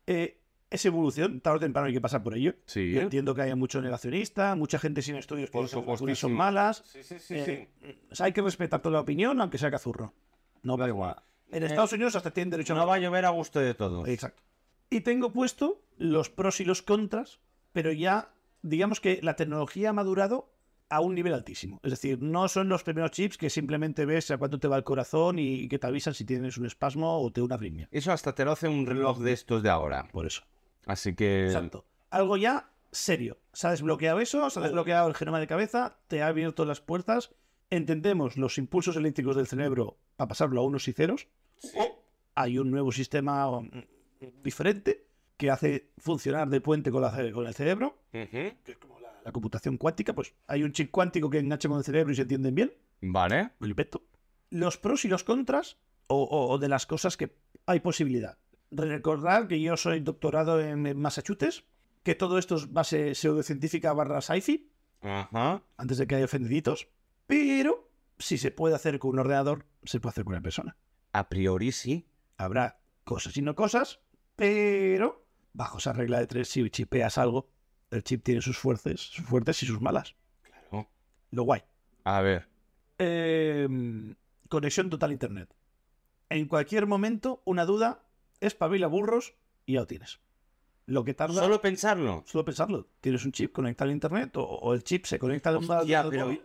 Eh, es evolución, tarde o temprano hay que pasar por ello. sí. Yo entiendo que haya mucho negacionista, mucha gente sin estudios que Por dice que las vacunas supuestísimo. son malas. Sí, sí, sí, Eh, o sea, hay que respetar toda la opinión, aunque sea cazurro. No da igual. En Estados Unidos hasta tienen derecho a No va a llover a gusto de todos. Exacto. Y tengo puesto los pros y los contras, pero ya digamos que la tecnología ha madurado a un nivel altísimo. Es decir, no son los primeros chips que simplemente ves a cuánto te va el corazón y que te avisan si tienes un espasmo o te da una arritmia. Eso hasta te lo hace un reloj de estos de ahora. Por eso. Así que. Exacto. Algo ya serio. Se ha desbloqueado eso, se ha desbloqueado el genoma de cabeza, te ha abierto las puertas. Entendemos los impulsos eléctricos del cerebro para pasarlo a unos y ceros. Hay un nuevo sistema mm, diferente que hace funcionar de puente con, la ce- con el cerebro, Ujú. que es como la, la computación cuántica. Pues hay un chip cuántico que engancha con el cerebro y se entienden bien. Vale. Muy perfecto. Los pros y los contras, o, o- o de las cosas que hay posibilidad. Recordar que yo soy doctorado en en Massachusetts, que todo esto es base pseudocientífica barra sci-fi, Ajá. antes de que haya ofendiditos, pero si se puede hacer con un ordenador, se puede hacer con una persona. A priori sí. Habrá cosas y no cosas, pero bajo esa regla de tres, si chipeas algo, el chip tiene sus fuertes, sus fuertes y sus malas. Claro. Lo guay. A ver. Em, conexión total a internet. En cualquier momento, una duda, espabila burros y ya lo tienes. Lo que tarda. Solo pensarlo. solo pensarlo. Tienes un chip conectado a internet o, o el chip se conecta a un Hostia, al pero- móvil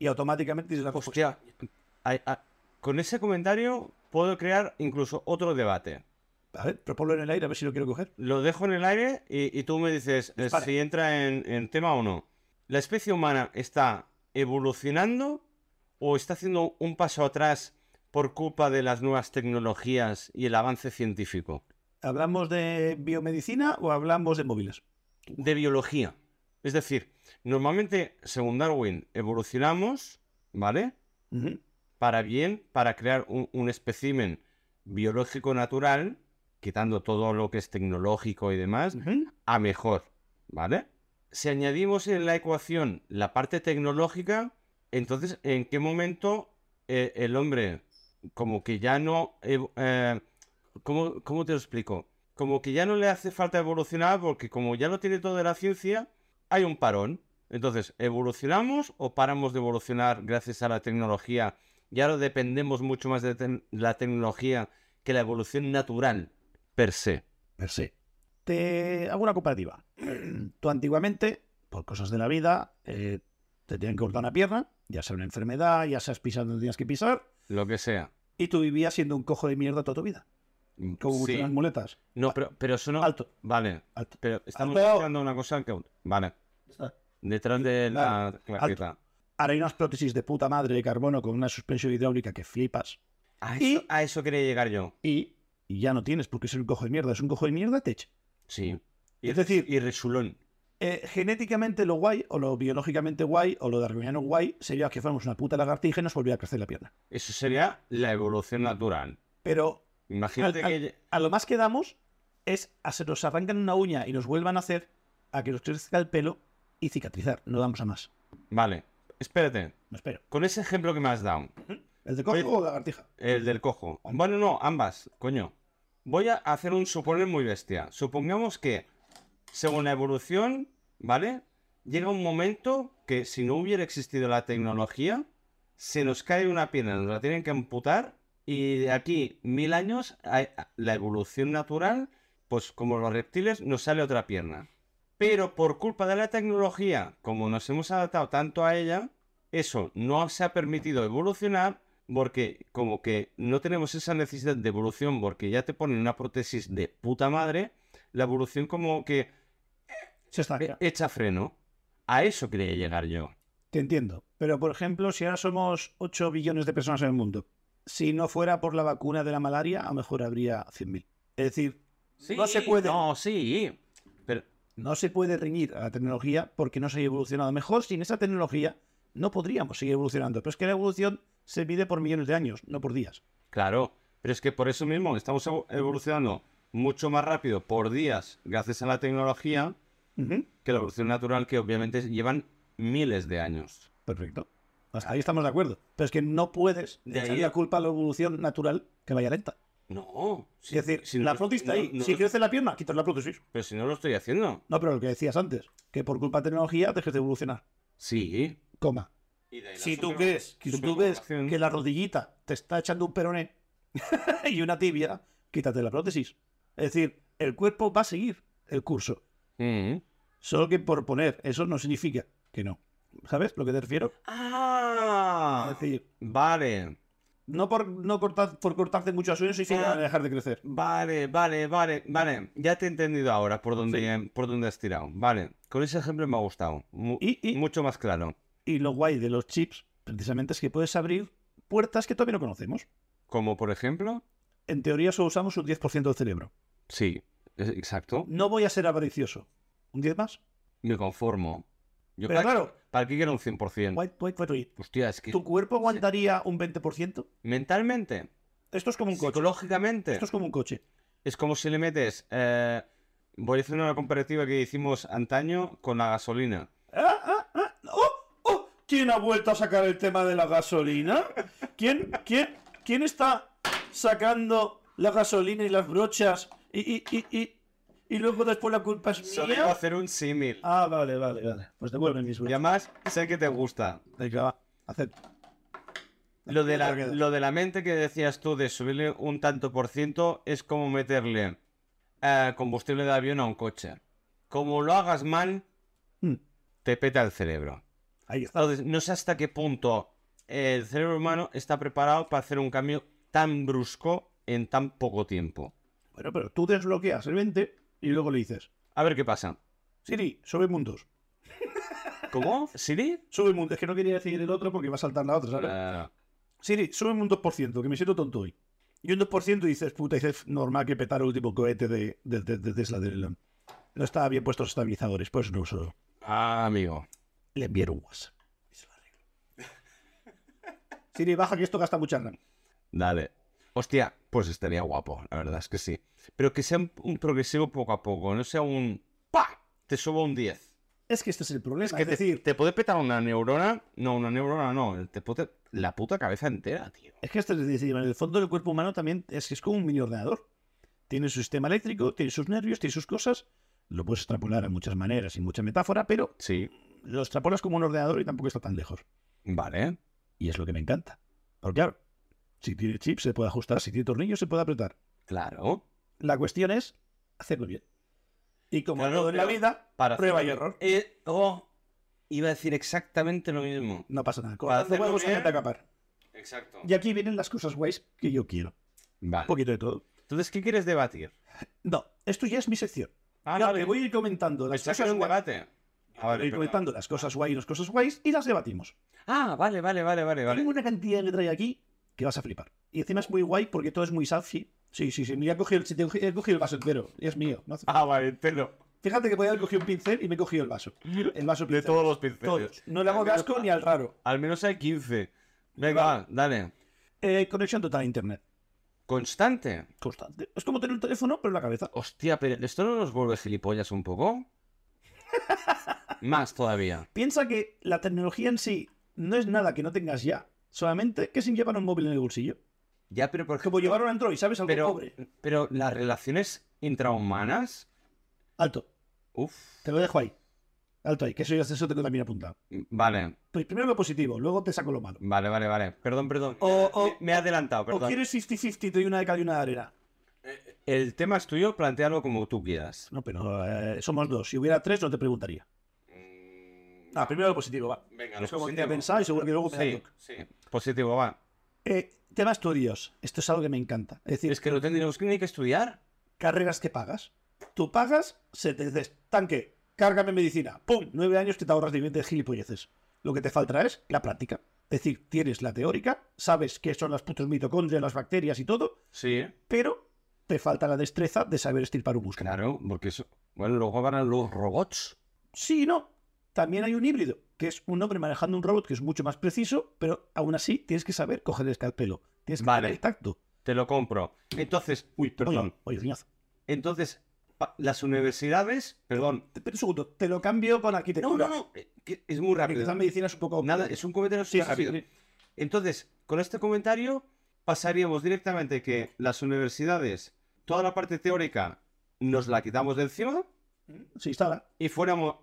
y automáticamente tienes la respuesta. Hostia. Ay, ah, Con ese comentario puedo crear incluso otro debate. A ver, proponlo en el aire a ver si lo quiero coger. Lo dejo en el aire y, y tú me dices eh, Dispara. si entra en, en tema o no. ¿La especie humana está evolucionando o está haciendo un paso atrás por culpa de las nuevas tecnologías y el avance científico? ¿Hablamos de biomedicina o hablamos de móviles? De biología. Es decir, normalmente, según Darwin, evolucionamos, ¿vale? Ujú. para bien, para crear un, un espécimen biológico natural, quitando todo lo que es tecnológico y demás, a mejor, ¿vale? Si añadimos en la ecuación la parte tecnológica, entonces, ¿en qué momento eh, el hombre como que ya no... evo- eh, ¿cómo, cómo te lo explico? Como que ya no le hace falta evolucionar porque como ya lo tiene toda la ciencia, hay un parón. Entonces, ¿evolucionamos o paramos de evolucionar gracias a la tecnología? Y ahora dependemos mucho más de tec- la tecnología que la evolución natural per se. Per se. Te hago una comparativa. Tú antiguamente, por cosas de la vida, eh, te tenían que cortar una pierna, ya sea una enfermedad, ya seas pisando donde tenías que pisar, Lo que sea. y tú vivías siendo un cojo de mierda toda tu vida. Como Sí. muchas las muletas. No, pero, pero eso no... Alto, Vale, alto. pero estamos Alto. hablando una cosa que... Vale, detrás de la claqueta. Ahora hay unas prótesis de puta madre de carbono con una suspensión hidráulica que flipas. A Y- eso, a eso quería llegar yo. Y, y ya no tienes por qué ser un cojo de mierda. Es un cojo de mierda, te echa. Sí. Es decir- y resulón. Eh, genéticamente lo guay, o lo biológicamente guay, o lo darwiniano guay, sería que fuéramos una puta lagartija y nos volviera a crecer la pierna. Eso sería la evolución natural. Pero Imagínate Al- al- que... a lo más que damos es a se nos arrancan una uña y nos vuelvan a hacer a que nos crezca el pelo y cicatrizar. No damos a más. Vale, espérate. No espero. Con ese ejemplo que me has dado, ¿El de cojo Oye. o lagartija? el del cojo. Bueno, no, ambas, coño. Voy a hacer un suponer muy bestia. Supongamos que, según la evolución, ¿vale? Llega un momento que si no hubiera existido la tecnología, se nos cae una pierna, nos la tienen que amputar y de aquí mil años hay- la evolución natural, pues como los reptiles, nos sale otra pierna. Pero por culpa de la tecnología, como nos hemos adaptado tanto a ella, eso no se ha permitido evolucionar porque como que no tenemos esa necesidad de evolución porque ya te ponen una prótesis de puta madre, la evolución como que Se está. e- echa freno. A eso quería llegar yo. Te entiendo. Pero, por ejemplo, si ahora somos 8 billones de personas en el mundo, si no fuera por la vacuna de la malaria, a lo mejor habría 100.000. Es decir, no se puede. No, sí. Pero, No se puede reñir a la tecnología porque no se ha evolucionado. Mejor sin esa tecnología no podríamos seguir evolucionando. Pero es que la evolución se mide por millones de años, no por días. Claro, pero es que por eso mismo estamos evo- evolucionando mucho más rápido por días gracias a la tecnología que la evolución natural que obviamente llevan miles de años. Perfecto. Hasta ahí estamos de acuerdo. Pero es que no puedes De echar ahí- la culpa a la evolución natural que vaya lenta. No, si- es decir, si la no- prótesis está no- ahí. no- si crece la pierna, quitas la prótesis. Pero si no lo estoy haciendo. No, pero lo que decías antes, que por culpa de tecnología dejes de evolucionar. Sí. Coma. Si tú crees, si tú ves que la rodillita te está echando un peroné y una tibia, quítate la prótesis. Es decir, el cuerpo va a seguir el curso. Mm. Solo que por poner, eso no significa que no. ¿Sabes lo que te refiero? Ah, Es decir, vale, no por no cortar, por cortarte muchos sueños significa Ah. dejar de crecer. vale, vale, vale, vale. Ya te he entendido ahora por dónde, por dónde has tirado. Vale, con ese ejemplo me ha gustado. Mu- Y- y- Mucho más claro. Y lo guay de los chips, precisamente, es que puedes abrir puertas que todavía no conocemos. Como por ejemplo, En teoría solo usamos un 10% del cerebro. sí, es- exacto. No voy a ser avaricioso. ¿Un 10 más? Me conformo. Yo Pero para, claro, para qué quiero un 100%. guay, guay, guay, guay. Hostia, es que ¿tu cuerpo aguantaría un 20%? mentalmente, Esto es como un coche. psicológicamente, Esto es como un coche. Es como si le metes. eh, voy a hacer una comparativa que hicimos antaño con la gasolina. Ah, ah, ah. ¡Oh! ¡Oh! ¿Quién ha vuelto a sacar el tema de la gasolina? ¿Quién, quién, quién está sacando la gasolina y las brochas? Y, y, y, y, y luego después la culpa es Solo iba a mía. hacer un símil. Ah, vale, vale, vale. Pues devuelve mis Y brochas. además, sé que te gusta. Venga, va. Acepto. Lo de, la, Te lo quedo. lo de la mente que decías tú de subirle un tanto por ciento es como meterle eh, combustible de avión a un coche. Como lo hagas mal, Mm, te peta el cerebro. Ahí está. Entonces, no sé hasta qué punto el cerebro humano está preparado para hacer un cambio tan brusco en tan poco tiempo. Bueno, pero tú desbloqueas el 20 y luego le dices, A ver qué pasa. Siri, sube mundos. ¿Cómo? ¿Siri? Sube mundos. Es que no quería decir el otro porque iba a saltar la otra, ¿sabes? Eh, Siri, sube un 2%, que me siento tonto hoy. Y un 2% dices, puta, dices, normal que petar el último cohete de, de, de, de Tesla de Elon. No estaba bien puestos los estabilizadores, pues no uso. ah, amigo. Le enviaron un WhatsApp. Siri, baja que esto gasta mucha RAM. Dale. Hostia, pues estaría guapo, la verdad es que sí. Pero que sea un, un progresivo poco a poco, no sea un ¡pa! Te subo un 10. Es que este es el problema. Es que es decir, te puede petar una neurona. No, una neurona no. Te puede la puta cabeza entera, tío. Es que esto es decir, en el fondo del cuerpo humano también es que es como un mini ordenador. Tiene su sistema eléctrico, tiene sus nervios, tiene sus cosas. Lo puedes extrapolar a muchas maneras y mucha metáfora, pero Sí. lo extrapolas como un ordenador y tampoco está tan lejos. Vale. Y es lo que me encanta. Porque claro, si tiene chip se puede ajustar, si tiene tornillos se puede apretar. Claro. La cuestión es hacerlo bien. Y como Claro, todo en la pero vida, Para Prueba y error. Eh, oh, iba a decir exactamente lo mismo. no pasa nada. Con Para los hacerlo huevos hay bien. que acapar. Exacto. Y aquí vienen las cosas guays que yo quiero. Un Vale. poquito de todo. Entonces, ¿qué quieres debatir? No, esto ya es mi sección. Ah, Yo vale. te voy a ir comentando las Pensaba que era cosas un guays. debate. Ah, Voy vale, a ir perdón. comentando las cosas guay y las cosas guays y las debatimos. Ah, vale, vale, vale, vale, Tengo vale. una cantidad que trae aquí que vas a flipar. Y encima es muy guay porque todo es muy salfi. Sí, sí, sí. Mira, he cogido, el- si te- he cogido el vaso entero. Y es mío. no hace- Ah, vale, entero. Fíjate que podía haber cogido un pincel y me he cogido el vaso. El vaso De pincel. todos los pinceles. Todos. No le hago gasco ni al raro. Al menos hay 15. Venga, va, dale. Eh, conexión total a internet. Constante. Constante. Es como tener un teléfono, pero en la cabeza. Hostia, pero ¿esto no nos vuelve gilipollas un poco? Más todavía. Piensa que la tecnología en sí no es nada que no tengas ya. Solamente que sin llevar un móvil en el bolsillo. Ya, pero por Es como llevar un Android, ¿sabes? Algo pero, pobre. pero las relaciones intrahumanas. Alto. Uf. Te lo dejo ahí. Alto ahí, que eso ya eso tengo también apuntado. Vale, Pues primero lo positivo, luego te saco lo malo. vale, vale, vale. Perdón, perdón. O, o- Me- me he adelantado, o Eh, perdón. quieres 50-50, te doy una de cal y una de arena. El tema es tuyo, plantealo como tú quieras. No, pero eh, somos dos. Si hubiera tres, no te preguntaría. Ah, primero lo positivo, va. Venga, Es como tenía pensado y seguro que luego me da Sí, toque. sí. Positivo, va. Eh, tema estudios. Esto es algo que me encanta. Es decir, Es que no tendríamos ni que estudiar. carreras que pagas. Tú pagas, se te dices, tanque, cárgame medicina. ¡Pum! Nueve años que te ahorras de 20 gilipolleces. Lo que te falta es la práctica. Es decir, tienes la teórica, sabes qué son las putas mitocondrias, las bacterias y todo, Sí. pero te falta la destreza de saber estirpar un músculo. Claro, porque eso. Bueno, luego van los robots. Sí y no. También hay un híbrido, que es un hombre manejando un robot que es mucho más preciso, pero aún así tienes que saber coger el escalpelo. Tienes que Vale. tener el tacto. Te lo compro. Entonces, uy, perdón. Oye, oye, guiñazo. Entonces, pa- las universidades, perdón. Espera un segundo, te lo cambio con arquitectura. No, no, no. eh, que Es muy Porque quizás rápido. medicina es un poco... Nada, es un comentario Sí, sí, sí. rápido. Entonces, con este comentario pasaríamos directamente que las universidades, toda la parte teórica, nos la quitamos de encima Se instala. y fuéramos.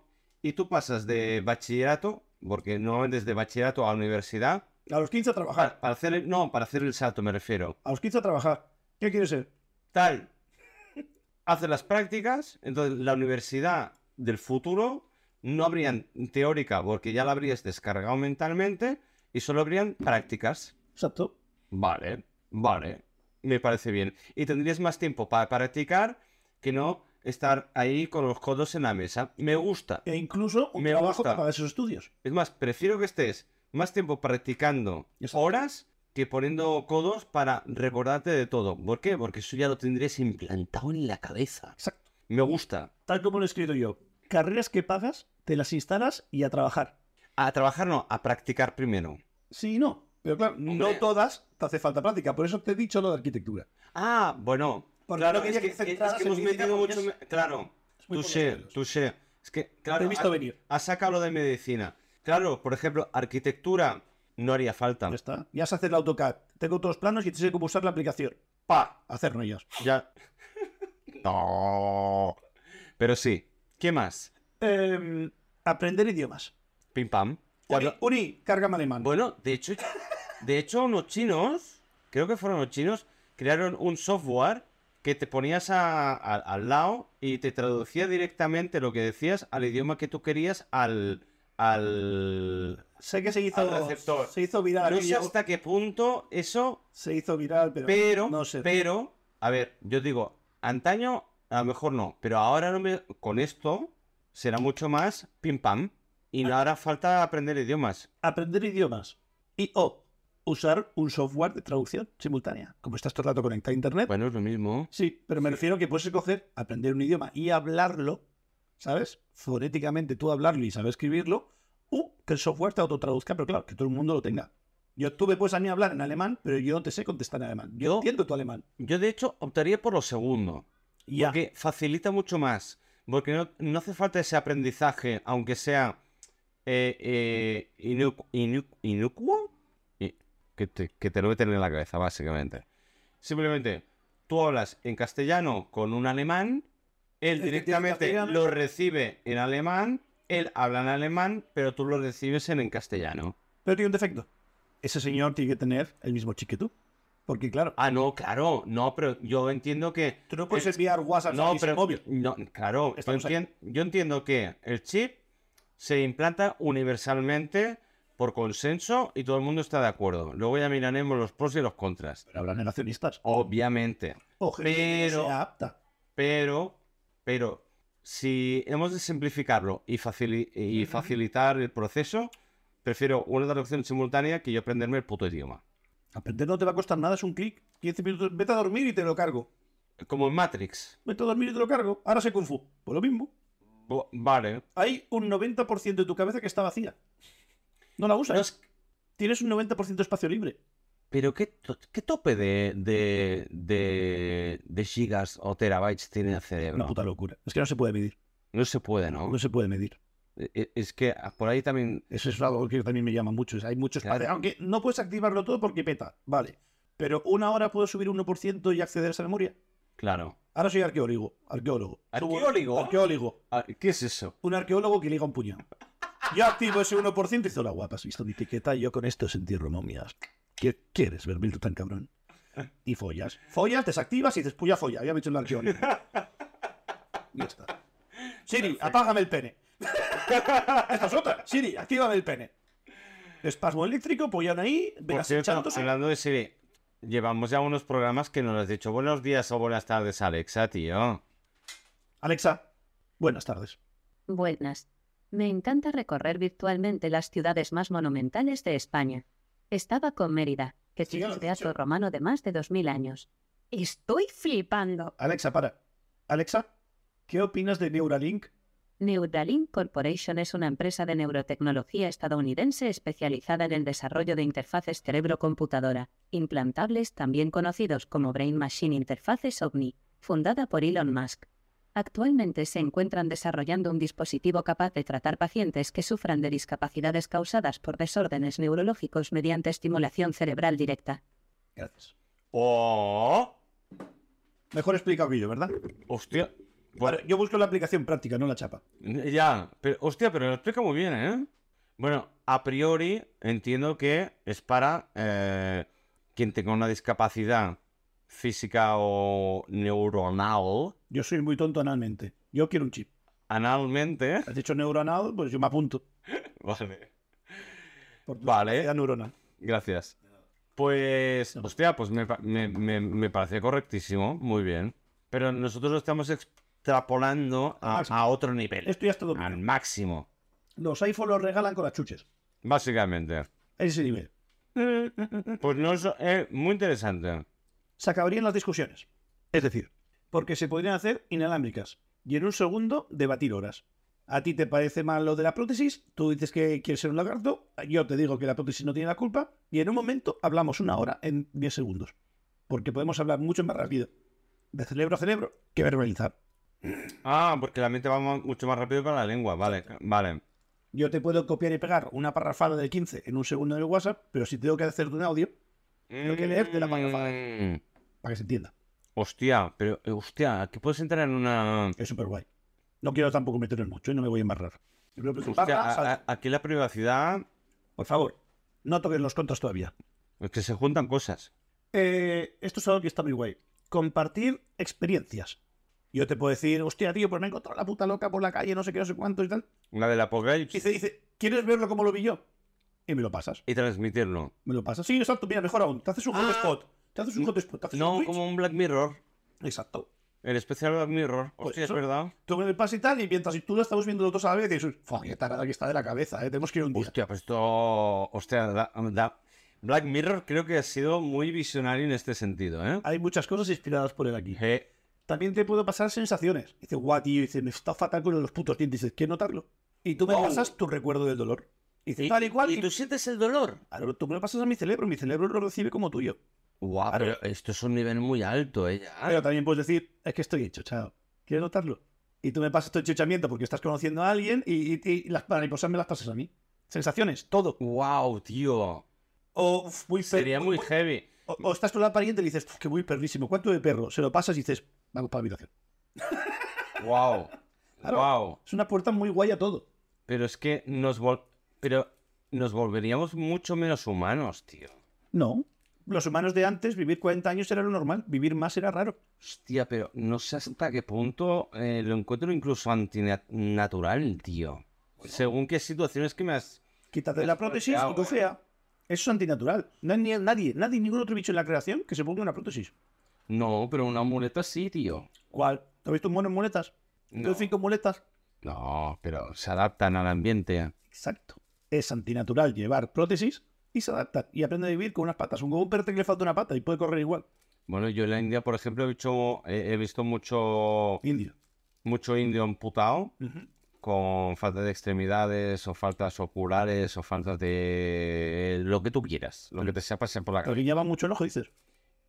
Y tú pasas de bachillerato, porque normalmente es de bachillerato a universidad, A los 15 a para, trabajar. para hacer el, no, para hacer el salto me refiero. A los 15 a trabajar. ¿Qué quieres ser? Tal. Haces las prácticas, entonces la universidad del futuro no habrían teórica, porque ya la habrías descargado mentalmente, y solo habrían prácticas. Exacto. Vale, vale. Me parece bien. Y tendrías más tiempo para practicar que no estar ahí con los codos en la mesa. Me gusta. E incluso un Me trabajo gusta. para esos estudios. Es más, prefiero que estés más tiempo practicando Exacto. horas que poniendo codos para recordarte de todo. ¿Por qué? Porque eso ya lo tendrías implantado en la cabeza. Exacto. Me gusta. Tal como lo he escrito yo. Carreras que pagas, te las instalas y a trabajar. A trabajar no, a practicar primero. Sí y no. Pero claro, Hombre. no todas te hace falta práctica. Por eso te he dicho lo de arquitectura. Ah, bueno. Porque claro, no es quería que, que centraras es que en hemos medicina metido porque mucho... es- me- Claro, muy por los touché, pelos. touché. Es que, Te claro, he visto ha- venir. Ha sacado lo de medicina. Claro, por ejemplo, arquitectura no haría falta. Ya está. Ya sé hacer el AutoCAD. Tengo todos los planos y te sé cómo usar la aplicación. ¡Pa! Hacer rollos. Ya. no. Pero sí. ¿Qué más? Em, aprender idiomas. Pim pam. Uni, Habla- uni, cárgame alemán. Bueno, de hecho, de hecho, unos chinos, creo que fueron los chinos, crearon un software que te ponías a- a- al lado y te traducía directamente lo que decías al idioma que tú querías al. al... sé que se hizo, al receptor. se hizo viral. No sé aquello. hasta qué punto eso Se hizo viral, pero, Pero, no sé. pero, a ver, yo digo, antaño a lo mejor no, pero ahora no me- con esto será mucho más pim pam y Ah. no hará falta aprender idiomas. aprender idiomas y o usar un software de traducción simultánea. Como estás todo el rato conectado a internet. Bueno, es lo mismo. Sí, pero me refiero a que puedes escoger aprender un idioma y hablarlo, ¿sabes? Fonéticamente tú hablarlo y saber escribirlo, o que el software te autotraduzca, pero claro, que todo el mundo lo tenga. Yo tú me puedes a mí hablar en alemán, pero yo no te sé contestar en alemán. Yo Yo- entiendo tu alemán. Yo, de hecho, optaría por lo segundo. Ya. Porque facilita mucho más. Porque no, no hace falta ese aprendizaje, aunque sea eh, eh, inu- inu- inocuo. y- Que te, que te lo meten en la cabeza, básicamente. Simplemente, tú hablas en castellano con un alemán, El él que tiene directamente castellano. lo recibe en alemán, él habla en alemán, pero tú lo recibes en, en castellano. Pero tiene un defecto. Ese señor tiene que tener el mismo chique tú. Porque, claro, Ah, no, claro, no, pero yo entiendo que tú no puedes Eh, enviar WhatsApp No, a pero. móvil. No, claro, yo, Estamos ahí. entien- yo entiendo que el chip se implanta universalmente por consenso y todo el mundo está de acuerdo. Luego ya miraremos los pros y los contras. Pero habrá negacionistas. Obviamente. O gente que no pero- se adapta. Pero, pero, si hemos de simplificarlo y, facili- y facilitar el proceso, prefiero una traducción simultánea que yo aprenderme el puto idioma. Aprender no te va a costar nada, es un clic. 15 minutos, vete a dormir y te lo cargo. Como en Matrix. Vete a dormir y te lo cargo. Ahora sé Kung Fu. Pues lo mismo. Bu- Vale. Hay un 90% de tu cabeza que está vacía. No la usas. No es- Tienes un 90% de espacio libre. Pero ¿qué, to- qué tope de, de, de, de gigas o terabytes tiene el cerebro? Una puta locura. Es que no se puede medir. No se puede, ¿no? No se puede medir. E- e- Es que ah, por ahí también... Eso es algo que también me llama mucho. es- Hay muchos Claro. padres- Aunque no puedes activarlo todo porque peta. Vale. Pero una hora puedo subir un 1% y acceder a esa memoria. Claro. Ahora soy arqueólogo. Arqueólogo. Subo- ¿Arqueólogo? Arqueólogo. Ah, ¿Qué es eso? Un arqueólogo que liga un puñado. Yo activo ese 1% y hizo la guapa. ¿Has visto mi etiqueta? Yo con esto entierro momias. ¿Qué quieres, vermilto tan cabrón? Y follas. Follas, desactivas y dices, puya folla. Había hecho el arqueólogo. Ya está. Siri, apágame el pene. Esta es otra. Siri, actívame el pene. Espasmo eléctrico, pollan ahí, Por venas cierto, eh. hinchándose. hablando de serie, llevamos ya unos programas que nos has dicho buenos días o buenas tardes, Alexa, tío. Alexa, buenas tardes. Buenas. Me encanta recorrer virtualmente las ciudades más monumentales de España. Estaba con Mérida, que Sí, ya tiene lo un has dicho. teatro romano de más de 2.000 años. Estoy flipando. Alexa, para. Alexa, ¿qué opinas de Neuralink? Neuralink Corporation es una empresa de neurotecnología estadounidense especializada en el desarrollo de interfaces cerebro-computadora, implantables también conocidos como Brain Machine Interfaces OVNI, fundada por Elon Musk. Actualmente se encuentran desarrollando un dispositivo capaz de tratar pacientes que sufran de discapacidades causadas por desórdenes neurológicos mediante estimulación cerebral directa. Gracias. ¡Oh! Mejor explicado que yo, ¿verdad? Hostia. Bueno, yo busco la aplicación práctica, no la chapa. Ya, pero hostia, pero lo explica muy bien, ¿eh? Bueno, a priori entiendo que es para eh, quien tenga una discapacidad física o neuronal, Yo soy muy tonto analmente. Yo quiero un chip. analmente. Has dicho neuronal, pues yo me apunto. Vale, Por tu vale, capacidad neuronal. gracias. Pues, hostia, pues me, pa- me, me- me parece correctísimo, muy bien. Pero nosotros lo estamos extrapolando a, a otro nivel, Esto ya está todo. al máximo, Los iPhone los regalan con las chuches. básicamente. A ese nivel. Pues no es eh, muy interesante. Se acabarían las discusiones. Es decir, porque se podrían hacer inalámbricas y en un segundo debatir horas. A ti te parece mal lo de la prótesis, tú dices que quieres ser un lagarto, yo te digo que la prótesis no tiene la culpa y en un momento hablamos una hora en 10 segundos. Porque podemos hablar mucho más rápido de cerebro a cerebro que verbalizar. Ah, porque la mente va mu- mucho más rápido que la lengua, vale, vale. Yo te puedo copiar y pegar una parrafada del 15 en un segundo en el WhatsApp, pero si tengo que hacerte un audio, Tengo que leer de la manga, Mm, para que se entienda. Hostia, pero, eh, hostia, aquí puedes entrar en una... Es súper guay. No quiero tampoco meterme mucho y no me voy a embarrar. Yo creo que Hostia, ah, barra, a- sal- a- aquí la privacidad, Por favor, no toques los contras todavía. es que se juntan cosas. Eh, esto es algo que está muy guay. Compartir experiencias. Yo te puedo decir, hostia, tío, pues me he encontrado la puta loca por la calle, no sé qué, no sé cuánto y tal. La del Y apocalipsis se dice, ¿quieres verlo como lo vi yo? Y me lo pasas. y transmitirlo. Me lo pasas. Sí, exacto, mira, mejor aún. Te haces un Ah. hotspot. Te haces un No, hotspot. Te haces un No, Twitch. como un Black Mirror, Exacto. el especial Black Mirror. Por Hostia, es Pues eso. verdad. Tú me lo pasas y tal, y mientras tú lo estamos viendo los dos a la vez, y dices, "Fua, qué tarada que está de la cabeza, eh, tenemos que ir un día. Hostia, pues esto... Hostia, da- da- Black Mirror creo que ha sido muy visionario en este sentido, ¿eh? Hay muchas cosas inspiradas por él aquí. Eh, También te puedo pasar sensaciones. Dice, guau, tío, dice, me está fatal con los putos dientes. Dices, ¿quieres notarlo? Y tú me Wow. pasas tu recuerdo del dolor. Dice, Y, tal y cual. y tú sientes el dolor. Claro, tú me lo pasas a mi cerebro, mi cerebro lo recibe como tuyo. Guau, pero esto es un nivel muy alto, ¿eh? Ah. Ya. Pero también puedes decir, es que estoy enchochado. ¿Quieres notarlo? Y tú me pasas tu enchochamiento porque estás conociendo a alguien y, y- y las mariposas me las pasas a mí. Sensaciones, todo. Guau, tío. O, uf, muy per- Sería muy heavy. o- o estás con la pariente y le dices, "Uf, que muy perrísimo, ¿cuánto de perro? Se lo pasas y dices, vamos para la habitación. Wow. Claro. Wow. Es una puerta muy guay a todo. Pero es que nos vol- pero nos volveríamos mucho menos humanos, tío. No. Los humanos de antes, vivir 40 años era lo normal, vivir más era raro. Hostia, pero no sé hasta qué punto eh, lo encuentro incluso antinatural, tío. Según qué situaciones que me has... Quítate la prótesis y tú fea. Eso es antinatural. No hay ni- nadie, nadie, ningún otro bicho en la creación que se ponga una prótesis. No, pero una muleta sí, tío. ¿Cuál? ¿Has visto un mono en muletas? No. Yo cinco muletas. No, pero se adaptan al ambiente. Exacto. Es antinatural llevar prótesis y se adapta y aprende a vivir con unas patas. Un, un perro que le falta una pata y puede correr igual. Bueno, yo en la India, por ejemplo, he, hecho- he- he visto mucho, Indio. mucho indio amputado con falta de extremidades o faltas oculares o faltas de eh, lo que tú quieras, lo que te sea pasar por la Pero cabeza. guiñaba mucho el ojo, dices.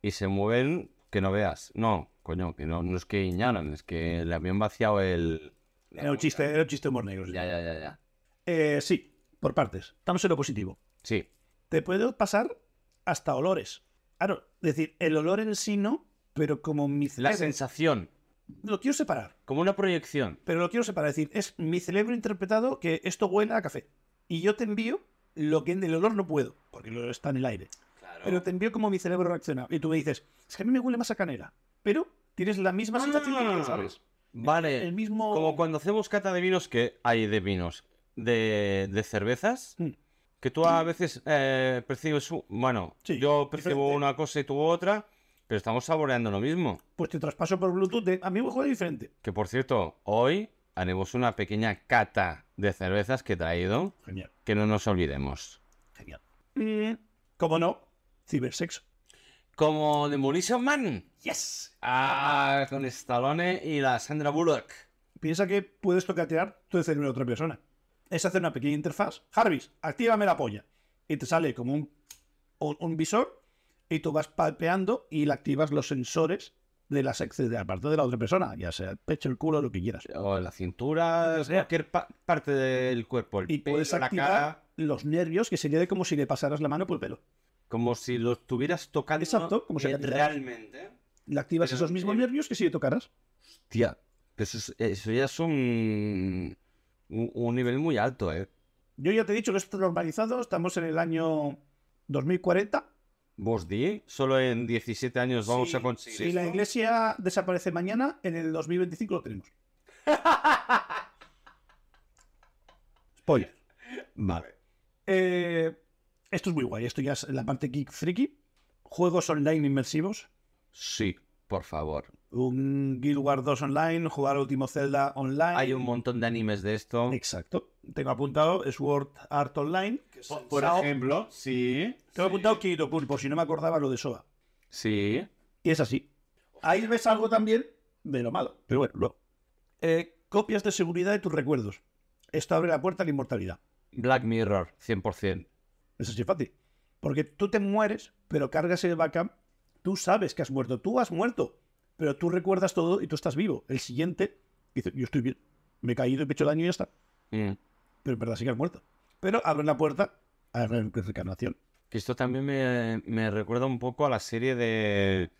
Y se mueven que no veas. No, coño, que no, no es que guiñaran, es que le habían vaciado el... Era un chiste, era un chiste de humor negro. sí. Ya, ya, ya, ya. Eh, sí, por partes. Estamos en lo positivo. Sí, Te puede pasar hasta olores. Claro, es decir, el olor en sí no, pero como mi la cerebro... sensación, Lo quiero separar, como una proyección. pero lo quiero separar. Es decir, es mi cerebro interpretado que esto huele a café. Y yo te envío lo que en el olor no puedo, porque el olor está en el aire. Pero te envío como mi cerebro reacciona. Y tú me dices, es que a mí me huele más a canela. Pero tienes la misma sensación que tú, ¿sabes? Vale, El mismo... Como cuando hacemos cata de vinos, que hay de vinos, de, de cervezas, Mm. que tú a veces eh, percibes, u- bueno, Sí, yo percibo diferente. una cosa y tú otra, pero estamos saboreando lo mismo. Pues te traspaso por Bluetooth. de, A mí me huele diferente. Que por cierto, hoy haremos una pequeña cata de cervezas que he traído, Genial, que no nos olvidemos. genial. Y, como no, cibersexo. Como Demolition Man. ¡Yes! Ah, con Stallone y la Sandra Bullock. Piensa que puedes tocatear tu cerebro a otra persona. Es hacer una pequeña interfaz. Jarvis, actívame la polla. Y te sale como un, un, un visor y tú vas palpeando y le activas los sensores de la, de la parte de la otra persona, ya sea el pecho, el culo, lo que quieras. O la cintura, cualquier pa- parte del cuerpo, el Y pelo, puedes la cara. activar los nervios, que sería de como si le pasaras la mano por el pelo. Como si lo estuvieras tocando. Exacto, como si eh, lo tuvieras. realmente. Le activas Pero- esos mismos nervios que si le tocaras. Tía, eso, es- eso ya es un, un, un nivel muy alto, ¿eh? Yo ya te he dicho que esto está normalizado, estamos en el año 2040. Vos di, solo en 17 años Pues vamos a conseguir. Si la esto. iglesia desaparece mañana, en el 2025 lo tenemos. Spoiler. Vale. Eh, esto es muy guay. Esto ya es la parte geek friki. Juegos online inmersivos. Sí, por favor. Un Guild Wars 2 online, jugar último Zelda online. Hay un montón de animes de esto. Exacto. Tengo apuntado Sword Art Online. que es Por- Sao. ejemplo, sí. Tengo apuntado Kirito por si no me acordaba lo de Soba. Sí. Y es así. Ahí ves algo también de lo malo. Pero bueno, luego. Eh, copias de seguridad de tus recuerdos. Esto abre la puerta a la inmortalidad. Black Mirror, 100%. Eso sí es fácil. Porque tú te mueres, pero cargas el backup. Tú sabes que has muerto. Tú has muerto. Pero tú recuerdas todo y tú estás vivo. El siguiente dice, yo estoy bien. Me he caído, me he hecho daño y ya está. Mm. Pero en verdad sí que has muerto. Pero abren la puerta a la reencarnación. Que esto también me, me recuerda un poco a la serie de.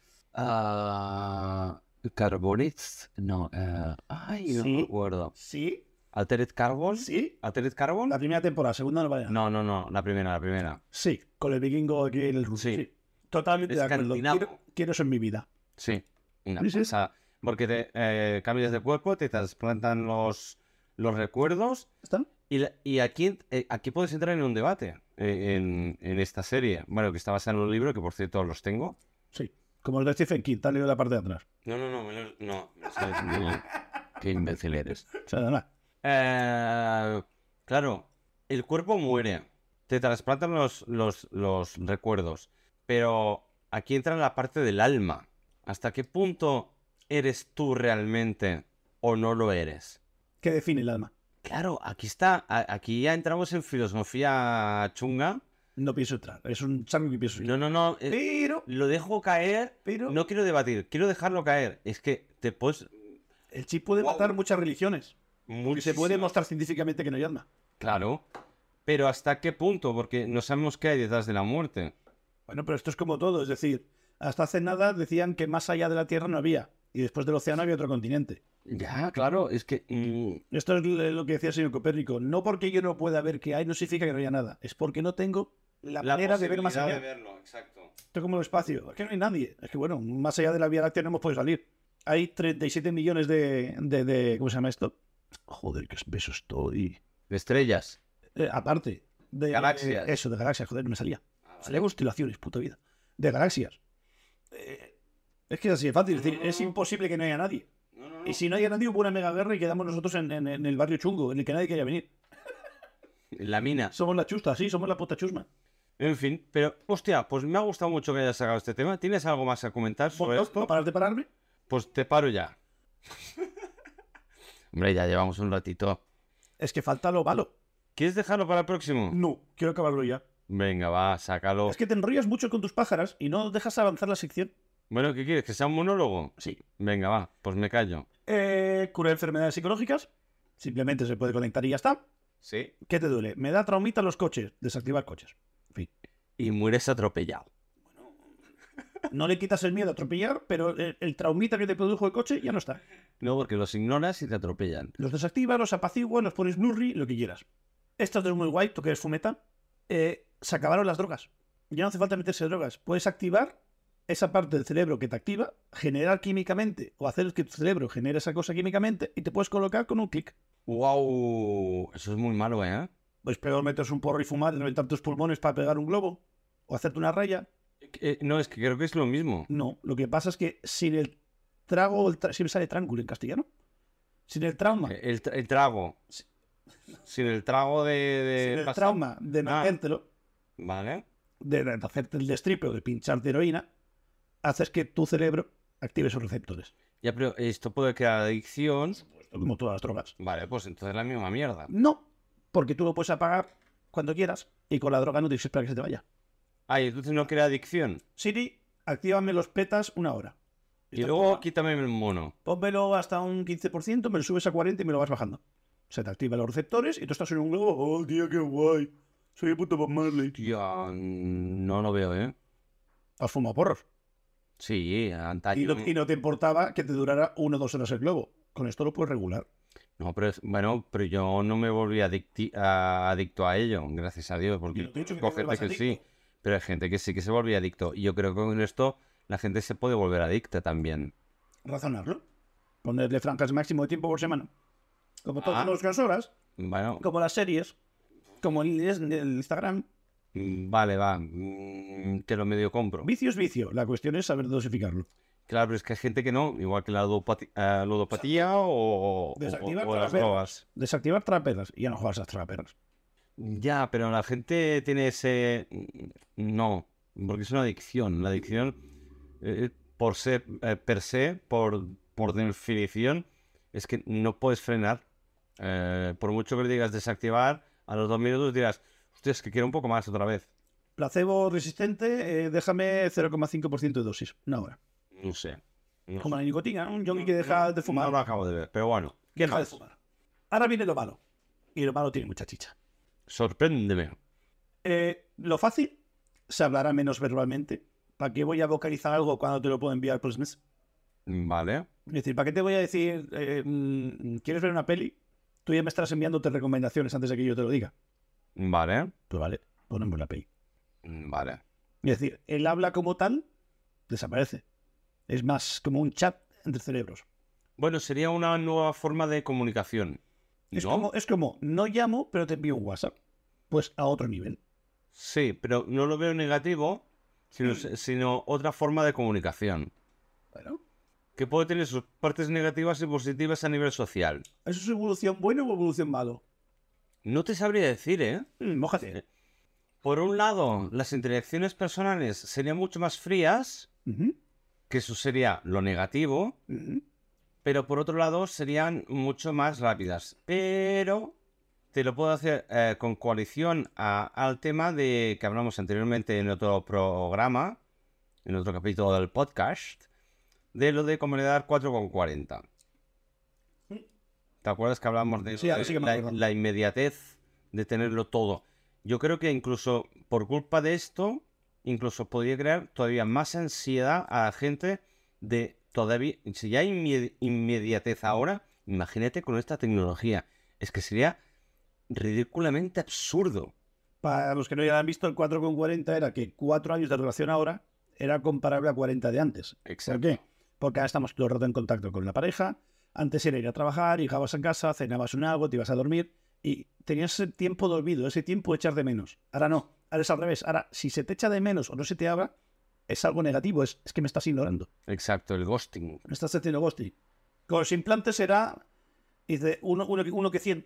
ah, Carbonites. No. eh, ay, no Sí. me acuerdo. Sí, Altered Carbon. sí. ¿Altered Carbon? La primera temporada, segunda no vale nada. No, no, no. La primera, la primera. Sí, con el vikingo aquí en el ruso. Sí. Sí. Totalmente de acuerdo. Escandinavo. Quiero, quiero eso en mi vida. Sí. Una Sí, sí. pasada. Porque te eh, cambias de cuerpo, te trasplantan los, los recuerdos. ¿Está? Y, la- y aquí, eh, aquí puedes entrar en un debate eh, en, en esta serie. Bueno, que está basada en un libro que, por cierto, los tengo. Sí. Como el de Stephen King, te han leído la parte de atrás. No, no, no. No. Qué imbécil eres. O sea, nada. Eh, claro, el cuerpo muere. Te trasplantan los, los, los recuerdos. Pero aquí entra la parte del alma. ¿Hasta qué punto eres tú realmente o no lo eres? ¿Qué define el alma? Claro, aquí está, a- aquí ya entramos en filosofía chunga. No pienso entrar. Es un examen que pienso. No, no, no. eh, Pero, lo dejo caer. pero. No quiero debatir, quiero dejarlo caer. Es que te puedes. El chip puede Wow. matar muchas religiones. Y se muchísimas- puede mostrar científicamente que no hay alma. Claro. Pero ¿hasta qué punto? Porque no sabemos qué hay detrás de la muerte. Bueno, pero esto es como todo. Es decir, hasta hace nada decían que más allá de la Tierra no había. Y después del océano había otro continente. Ya, claro, es que. mm, Esto es lo que decía el señor Copérnico. No porque yo no pueda ver que hay, no significa que no haya nada. Es porque no tengo la, manera de ver más posibilidad allá. de verlo, exacto. Esto es como el espacio. Es que no hay nadie. Es que, bueno, más allá de la Vía Láctea no hemos podido salir. Hay 37 millones de... de, de- ¿Cómo se llama esto? Joder, qué espeso estoy. De estrellas. Eh, aparte. De, Galaxias. eh, eso, de galaxias. Joder, no me salía. Ah, Salía constelaciones, puta vida. De galaxias. Eh, es que es así de fácil. Es, decir, es imposible que no haya nadie. No, no, Y si no haya nadie, hubo una mega guerra y quedamos nosotros en, en- en el barrio chungo, en el que nadie quería venir. La mina. Somos la chusta, sí, somos la puta chusma. En fin, pero, hostia, pues me ha gustado mucho que hayas sacado este tema. ¿Tienes algo más a comentar sobre ¿Vos esto? no paras de pararme? Pues te paro ya. Hombre, ya llevamos un ratito. Es que falta lo malo. ¿Quieres dejarlo para el próximo? No, quiero acabarlo ya. Venga, va, sácalo. Es que te enrollas mucho con tus pájaras y no dejas avanzar la sección. Bueno, ¿qué quieres? ¿Que sea un monólogo? Sí. Venga, va, pues me callo. Eh, cura enfermedades psicológicas. Simplemente se puede conectar y ya está. Sí. ¿Qué te duele? Me da traumita los coches. Desactivar coches. Y mueres atropellado. No le quitas el miedo a atropellar, pero el, el traumita que te produjo el coche ya no está. No, porque los ignoras y te atropellan. Los desactivas, los apaciguas, los pones blurry, lo que quieras. Esto es muy guay, tú que eres fumeta. Eh, se acabaron las drogas. Ya no hace falta meterse drogas. Puedes activar esa parte del cerebro que te activa, generar químicamente o hacer que tu cerebro genere esa cosa químicamente y te puedes colocar con un clic. ¡Wow! Eso es muy malo, ¿eh? Pues peor meterse un porro y fumar, reventar tus pulmones para pegar un globo o hacerte una raya. Eh, No, es que creo que es lo mismo. No, lo que pasa es que sin el trago, o el tra- siempre sale tranquilo en castellano. Sin el trauma. Eh, El, tra- el trago. Sin el trago de... de sin el pasar- trauma de metértelo. Vale. de, de hacerte el destripe o de pincharte heroína, haces que tu cerebro active esos receptores. Ya, pero esto puede crear adicción. Esto como todas las drogas. Vale, pues entonces la misma mierda. No, porque tú lo puedes apagar cuando quieras y con la droga no tienes que esperar que se te vaya. Ay, Ah, entonces no crea adicción. Siri, actívame los petas una hora. Y luego quítame el mono. Pónmelo hasta un 15%, me lo subes a 40 y me lo vas bajando. Se te activan los receptores y tú estás en un globo. ¡Oh, tío, qué guay! Soy el puto Bob Marley. Ya, mm, no lo veo, ¿eh? Has fumado porros. Sí, antaño. Y no, y no te importaba que te durara una o dos horas el globo. Con esto lo puedes regular. No, pero es- bueno, pero yo no me volví adicti- a- adicto a ello, gracias a Dios, porque Yo no te he dicho que conozco te gente vuelvas que sí, pero hay gente que sí que se volvía adicto. Y yo creo que con esto la gente se puede volver adicta también. razonarlo. Ponerle franjas máximo de tiempo por semana. Como todas Ah. las horas, Bueno, como las series, como el, el Instagram. mm, vale, va, mm, te lo medio compro. Vicio es vicio, la cuestión es saber dosificarlo. Claro, pero es que hay gente que no, igual que la ludopati- eh, ludopatía o, o- Desactivar o- o todas las las velas. drogas. Desactivar traperas y ya no juegas a las traperas. Ya, pero la gente tiene ese... mm, No, porque es una adicción. La adicción, eh, por ser, eh, per se, por, por definición, es que no puedes frenar. Eh, por mucho que le digas desactivar, a los dos minutos dirás, hostia, es que quiero un poco más otra vez. Placebo resistente, eh, déjame 0,5% de dosis, una hora. No sé. No Como sé. la nicotina, un yonki que deja de fumar, No lo acabo de ver, pero bueno. que deja de fumar. Ahora viene lo malo. Y lo malo tiene mucha chicha. Sorpréndeme. Eh, lo fácil, se hablará menos verbalmente. ¿Para qué voy a vocalizar algo cuando te lo puedo enviar por SMS? Vale. Es decir, ¿para qué te voy a decir, eh, mm, ¿quieres ver una peli? Tú ya me estarás enviándote recomendaciones antes de que yo te lo diga. Vale. Pues vale, ponemos la peli. Vale. Es decir, el habla como tal desaparece. Es más como un chat entre cerebros. Bueno, sería una nueva forma de comunicación. Es, ¿no? como, es como, no llamo, pero te envío un WhatsApp. Pues a otro nivel. Sí, pero no lo veo negativo, sino, sino otra forma de comunicación, Bueno, que puede tener sus partes negativas y positivas a nivel social. ¿eso es evolución buena o evolución malo? No te sabría decir, ¿eh? Mm, mójate. Por un lado, las interacciones personales serían mucho más frías, Ujú, que eso sería lo negativo, ujú. pero por otro lado serían mucho más rápidas. Pero te lo puedo hacer eh, con coalición a- al tema de que hablamos anteriormente en otro programa, en otro capítulo del podcast, de lo de convalidar 4,40. ¿Te acuerdas que hablamos de Sí, eso, ahora de sí que me la, acuerdo. la inmediatez de tenerlo todo? Yo creo que incluso por culpa de esto, incluso podría crear todavía más ansiedad a la gente de todavía, si ya hay inmedi- inmediatez ahora, imagínate con esta tecnología. Es que sería ridículamente absurdo. Para los que no hayan visto, el 4,40 era que 4 años de relación ahora era comparable a 40 de antes. ¿Por qué? Porque ahora estamos todo el rato en contacto con la pareja. Antes era ir a trabajar, llegabas a casa, cenabas un algo, te ibas a dormir y tenías ese tiempo de olvido, ese tiempo de echar de menos. Ahora no, ahora es al revés. Ahora, si se te echa de menos o no se te habla, es algo negativo, es, es que me estás ignorando, Exacto, el ghosting. me estás haciendo ghosting. Con los implantes era, dice, uno, uno, que- uno que 100.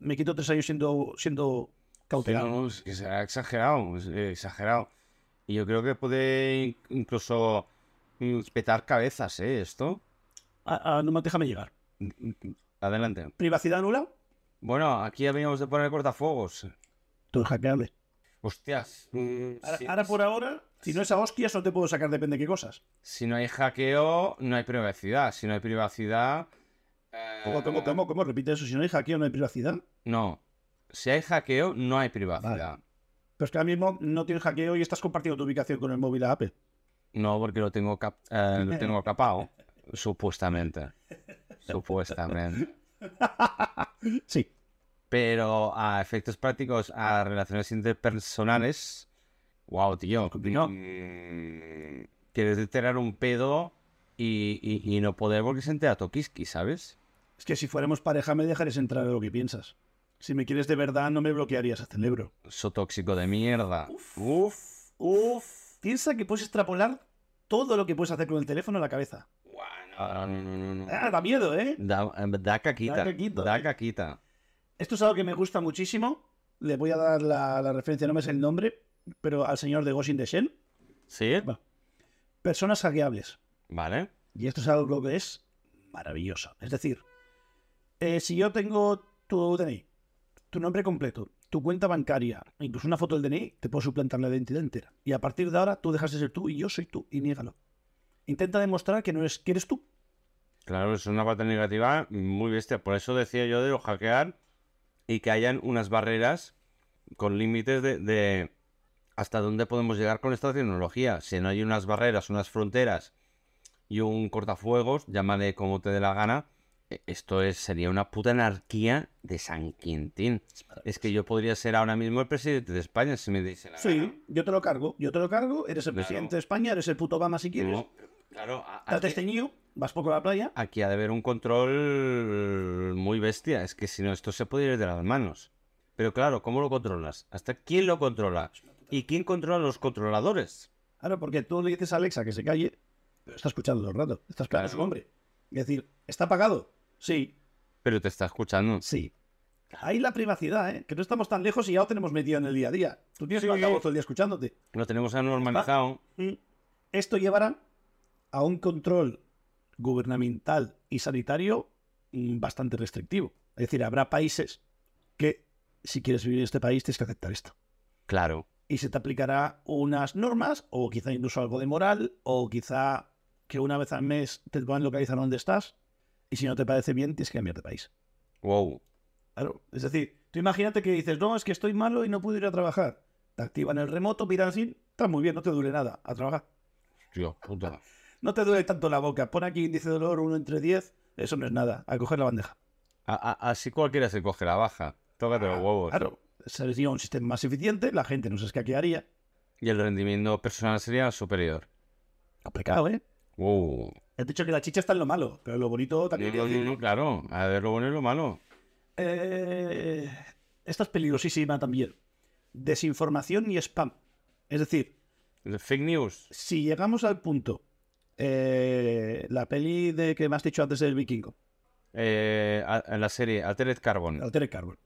Me quito tres años siendo, siendo cautelar. No, no, es que se ha exagerado, es- eh, exagerado. Y yo creo que puede in- incluso mm, petar cabezas, ¿eh? Esto. Ah, ah, no me déjame llegar. Adelante. privacidad nula, Bueno, aquí habíamos de poner cortafuegos. tú es hackeable. Hostias. mm, Ahora, si, ahora por ahora, si no es a hostias, no te puedo sacar depende de qué cosas. si no hay hackeo, no hay privacidad. Si no hay privacidad. Ah. ¿Cómo, cómo, cómo, cómo? Repite eso, si no hay hackeo, no hay privacidad. No. Si hay hackeo, no hay privacidad. Pero es que ahora mismo no tienes hackeo y estás compartiendo tu ubicación con el móvil a Apple. No, porque lo tengo, cap- eh, lo tengo capado. supuestamente. Supuestamente. Sí. Pero a efectos prácticos, a relaciones interpersonales, wow, tío. Complicado. mm, Quieres detener un pedo y, y- y no poder porque se entera Tokiski, ¿sabes? Es que si fuéramos pareja me dejarías entrar a lo que piensas. Si me quieres de verdad, no me bloquearías a cerebro. So tóxico de mierda. Uf, uf. Piensa que puedes extrapolar todo lo que puedes hacer con el teléfono a la cabeza. Guau, no, no, no, no, no. Ah, da miedo, ¿eh? Da, da caquita. Da caquita. Da caquita. Esto es algo que me gusta muchísimo. Le voy a dar la, la referencia, no me sé el nombre, pero al señor de Ghost in the Shell. ¿Sí? Va. Personas hackeables. Vale. Y esto es algo que es maravilloso. Es decir, eh, si yo tengo tu DNI, tu nombre completo, tu cuenta bancaria, incluso una foto del DNI, te puedo suplantar la identidad entera. Y a partir de ahora tú dejas de ser tú y yo soy tú y niégalo. Intenta demostrar que no eres, que eres tú. Claro, es una parte negativa muy bestia. Por eso decía yo de lo hackear y que hayan unas barreras con límites de, de hasta dónde podemos llegar con esta tecnología. Si no hay unas barreras, unas fronteras y un cortafuegos, llámale como te dé la gana, e- esto es, sería una puta anarquía de San Quintín. Es que yo podría ser ahora mismo el presidente de España si me dice la gana. Sí, yo te lo cargo, yo te lo cargo, eres el Claro. presidente de España, eres el puto Obama si quieres. No, claro, a- Estás aquí- desteñido, vas poco a la playa. Aquí ha de haber un control muy bestia. Es que si no, esto se puede ir de las manos. Pero claro, ¿cómo lo controlas? ¿Hasta quién lo controla? ¿Y quién controla a los controladores? Claro, porque tú le dices a Alexa que se calle, pero está escuchando todo el rato. Está escuchando a su Claro. hombre. Es decir, ¿está apagado? Sí, Pero te está escuchando. sí. Ahí la privacidad, ¿eh? Que no estamos tan lejos y ya lo tenemos metido en el día a día. Tú tienes Sí. Mm. el altavoz todo el día escuchándote. Lo tenemos ya normalizado. Esto llevará a un control gubernamental y sanitario mm, bastante restrictivo. Es decir, habrá países que, si quieres vivir en este país, tienes que aceptar esto. Claro. y se te aplicará unas normas o quizá incluso algo de moral o quizá que una vez al mes te van localizar dónde estás y si no te parece bien tienes que cambiar de país. Wow. Claro, es decir, tú imagínate que dices, no, es que estoy malo y no puedo ir a trabajar. Te activan el remoto, miran así, está muy bien, no te duele nada a trabajar. Tío, puta. No te duele tanto la boca, pon aquí índice de dolor 1 entre 10, eso no es nada, a coger la bandeja. A- a- así cualquiera se coge la baja. Tócate los huevos. Claro, sería un sistema más eficiente, la gente no se escaquearía. Y el rendimiento personal sería superior. Complicado, ¿eh? Wow. He dicho que la chicha está en lo malo, pero lo bonito también. No, no, no, claro. A ver lo bueno y lo malo. Eh, esta es peligrosísima también. Desinformación y spam. Es decir, Fake news. si llegamos al punto, eh, la peli de que me has dicho antes del vikingo, Eh, a- en la serie Altered Carbon. Altered Carbon,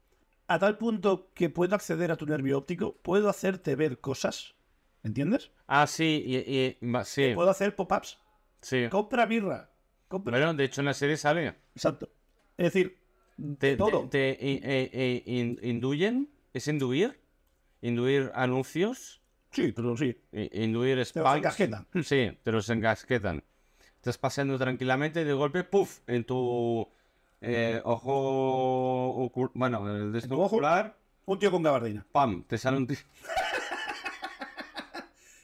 a tal punto que puedo acceder a tu nervio óptico, puedo hacerte ver cosas, ¿entiendes? Ah, sí. Y, y- ma- sí. Puedo hacer pop-ups. Sí. Compra birra. Compras. Bueno, de hecho en la serie sale. Exacto. Es decir, Te, todo. te- te i- eh, eh, in- induyen, es induir, induir anuncios, sí, pero sí. i- induir Te vas spams. en casqueta. Sí, te los engasquetan. Estás paseando tranquilamente y de golpe, ¡puf! En tu eh, ojo. ocu- Bueno, el de ¿En esto tu ojo? ocular, Un tío con gabardina. ¡pam! Te sale un. ti-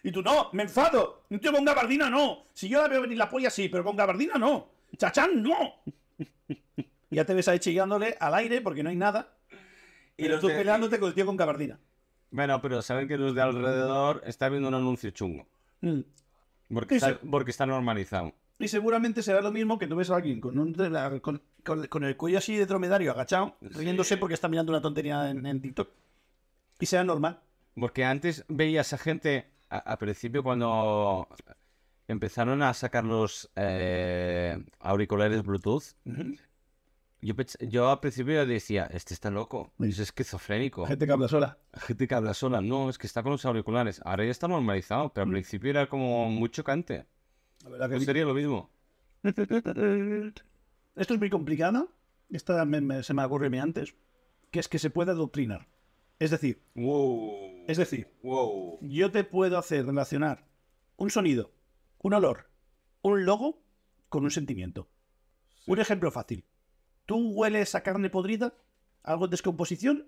Y tú, no, me enfado. Un tío con gabardina no. Si yo la veo venir la polla, sí, pero con gabardina no. Chachán, no. ya te ves ahí chillándole al aire porque no hay nada. Y los tú de- peleándote con el tío con gabardina. Bueno, pero saben que los de alrededor está viendo un anuncio chungo. Mm. Porque, Sí, está, sí. porque está normalizado. Y seguramente será lo mismo que tú ves a alguien con, un- de la- con, con- con el cuello así de dromedario agachado, riéndose porque está mirando una tontería en, en TikTok. Y sea normal. Porque antes veías a gente, a- al principio cuando empezaron a sacar los eh, auriculares Bluetooth, yo, pens- yo al principio decía, este está loco, es esquizofrénico, Gente que habla sola. gente que habla sola, no, es que está con los auriculares, ahora ya está normalizado, pero al principio era como muy chocante, La verdad que Pues sí. sería lo mismo. Esto es muy complicado. Esta me- me- se me ocurre a mí antes. Que es que se puede adoctrinar. Es decir, Wow, es decir, wow. yo te puedo hacer relacionar un sonido, un olor, un logo con un sentimiento. Un ejemplo fácil. Tú hueles a carne podrida, algo en descomposición,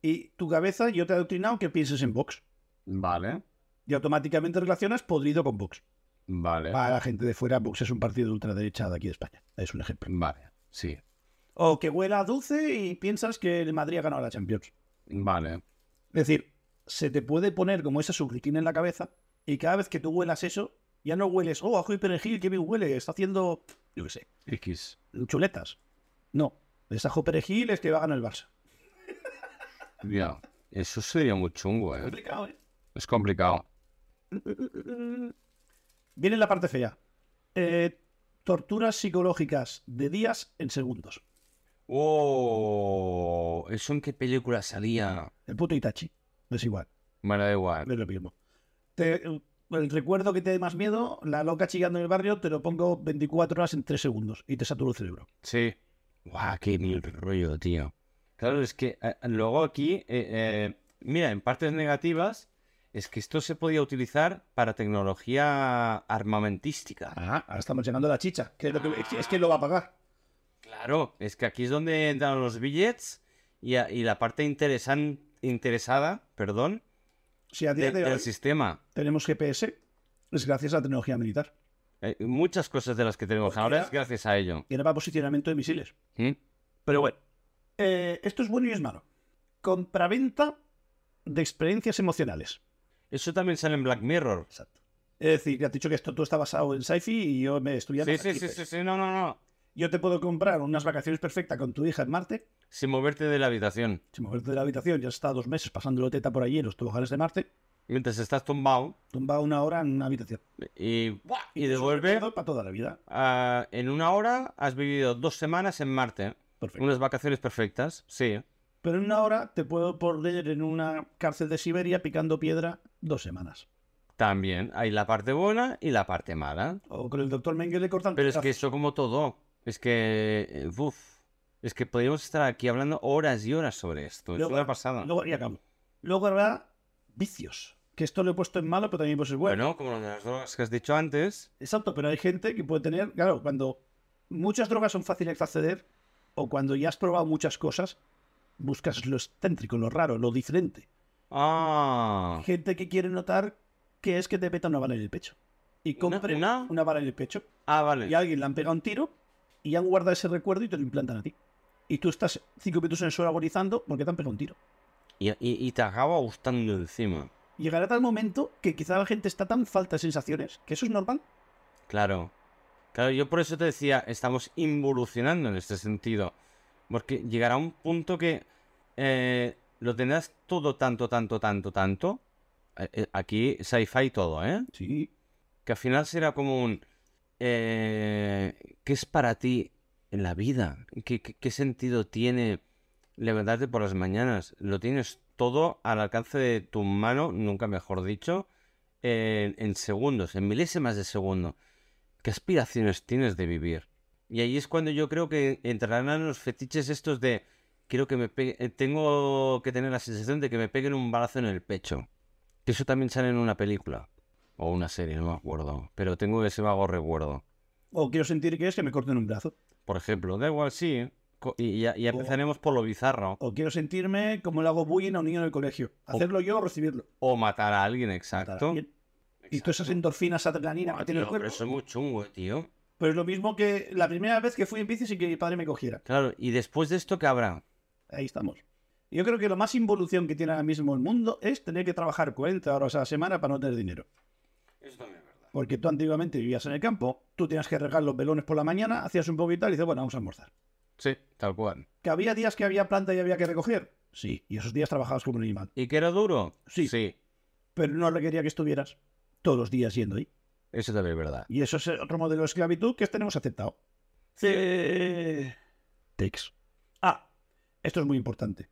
y tu cabeza, yo te he adoctrinado que pienses en Vox. Vale, Y automáticamente relacionas podrido con Vox. vale, Para la gente de fuera, Vox es un partido de ultraderecha de aquí de España. Es un ejemplo. vale, sí, O que huela a dulce y piensas que el Madrid ha ganado la Champions. vale. Es decir, se te puede poner como esa subrutina en la cabeza y cada vez que tú huelas eso, ya no hueles, oh, ajo y perejil, qué bien huele, está haciendo, yo qué sé, X. chuletas. No, es ajo perejil, es que va a ganar el Barça. Ya, eso sería muy chungo, ¿eh? Complicado, ¿eh? Es complicado. Viene la parte fea. Eh, torturas psicológicas de días en segundos. Oh, ¿eso en qué película salía? El puto Itachi, es igual. Bueno, da igual. Es lo mismo. Te- el recuerdo que te dé más miedo, la loca chillando en el barrio, te lo pongo 24 horas en 3 segundos y te saturo el cerebro. Sí. Guau, qué mil rollo, tío. Claro, es que eh, luego aquí, eh, eh, mira, en partes negativas, es que esto se podía utilizar para tecnología armamentística. Ah, ahora estamos llegando a la chicha. que es, lo que- es que- es que lo va a pagar. Claro, es que aquí es donde entran los billets y, a- y la parte interesan- interesada, perdón, Si a día de- de hoy del sistema. tenemos GPS, es gracias a la tecnología militar. Eh, muchas cosas de las que tenemos ahora es gracias a ello. Y era para posicionamiento de misiles. ¿Mm? Pero bueno, eh, esto es bueno y es malo. Compraventa de experiencias emocionales. Eso también sale en Black Mirror. Exacto. Es decir, ya te he dicho que esto todo está basado en sci-fi y yo me estudiando. Sí, sí, sí, sí, sí, no, no, no. Yo te puedo comprar unas vacaciones perfectas con tu hija en Marte Sin moverte de la habitación. sin moverte de la habitación, ya has estado dos meses pasándolo teta por allí en los lugares de Marte, Mientras estás tumbado tumba una hora en una habitación. y, ¡buah! y de Eso es golpe, recuerdo Para toda la vida. ah, en una hora has vivido dos semanas en Marte. Perfecto. Unas vacaciones perfectas, sí. Pero en una hora te puedo poner en una cárcel de Siberia picando piedra dos semanas. También hay la parte buena y la parte mala. O con el doctor Mengele cortando. Pero es que brazos. eso como todo. Es que... eh, uf. es que podríamos estar aquí hablando horas y horas sobre esto. Es Luego- una pasada. Luego, y acabo. Luego habrá vicios. Que esto lo he puesto en malo, pero también puede ser bueno. Bueno, como lo de las drogas que has dicho antes. Exacto, pero hay gente que puede tener. Claro, cuando muchas drogas son fáciles de acceder, o cuando ya has probado muchas cosas, buscas lo excéntrico, lo raro, lo diferente. Ah. Gente que quiere notar que es que te peta una bala en el pecho. Y compre una? una bala en el pecho. Ah, y vale. a alguien le han pegado un tiro y han guardado ese recuerdo y te lo implantan a ti. Y tú estás cinco minutos en el suelo agonizando porque te han pegado un tiro. Y, y- y te acaba gustando encima. Llegará tal momento que quizá la gente está tan falta de sensaciones que eso es normal. Claro. Claro, yo por eso te decía, estamos involucionando en este sentido. Porque llegará un punto que eh, lo tendrás todo tanto, tanto, tanto, tanto. eh, eh, aquí, sci-fi todo, ¿eh? Sí. Que al final será como un... eh, ¿Qué es para ti en la vida? ¿Qué, qué- qué sentido tiene levantarte por las mañanas? Lo tienes todo al alcance de tu mano, nunca mejor dicho, en, en segundos, en milésimas de segundo. ¿Qué aspiraciones tienes de vivir? Y ahí es cuando yo creo que entrarán los fetiches estos de quiero que me pegue- eh, tengo que tener la sensación de que me peguen un balazo en el pecho. Que eso también sale en una película o una serie, no me acuerdo, pero tengo ese vago recuerdo. O quiero sentir que es que me corten un brazo. Por ejemplo, da igual, sí. co- Y ya, ya empezaremos por lo bizarro. O quiero sentirme como le hago bullying a un niño en el colegio. Hacerlo yo o recibirlo. O matar a alguien, Tal, exacto. bien. Y todas esas endorfinas adrenalinas que tiene el Tío, pero cuerpo. eso es muy chungo, tío. Pues es lo mismo que la primera vez que fui en bici sin que mi padre me cogiera. Claro, y después de esto, ¿qué habrá? Ahí estamos. Yo creo que lo más involución que tiene ahora mismo el mundo es tener que trabajar 40 horas a la semana para no tener dinero. Eso también es verdad. Porque tú antiguamente vivías en el campo, tú tenías que regar los velones por la mañana, hacías un poquito y tal, y dices, bueno, vamos a almorzar. Sí, tal cual. ¿Que había días que había planta y había que recoger? Sí, y esos días trabajabas como un animal. ¿Y que era duro? Sí. Sí, Pero no requería que estuvieras todos los días yendo ahí. eso también es verdad. Y eso es otro modelo de esclavitud que tenemos aceptado. Eh, Takes. Ah, esto es muy importante.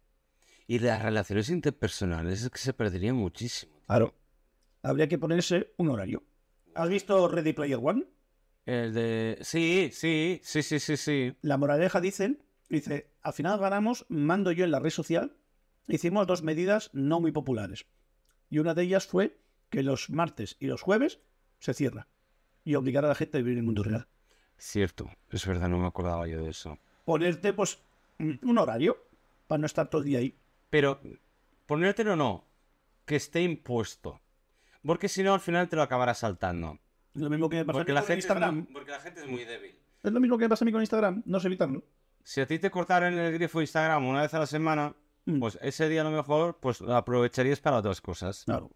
Y las relaciones interpersonales es que se perderían muchísimo. Claro. Habría que ponerse un horario. ¿Has visto Ready Player One? El de... Sí, sí, sí, sí, sí, sí. La moraleja dicen, dice, al final ganamos, mando yo en la red social. Hicimos dos medidas no muy populares. Y una de ellas fue que los martes y los jueves se cierra. Y obligar a la gente a vivir en el mundo real. Cierto, es verdad, no me acordaba yo de eso. Ponerte, pues, un horario para no estar todo el día ahí. Pero ponértelo no, que esté impuesto. Porque si no, al final te lo acabarás saltando. Lo mismo que me pasa a mí con Instagram. porque la gente es muy débil. Es lo mismo que me pasa a mí con Instagram. No sé evitarlo. Si a ti te cortaran el grifo Instagram una vez a la semana, Mm. pues ese día a lo mejor pues lo aprovecharías para otras cosas. Claro.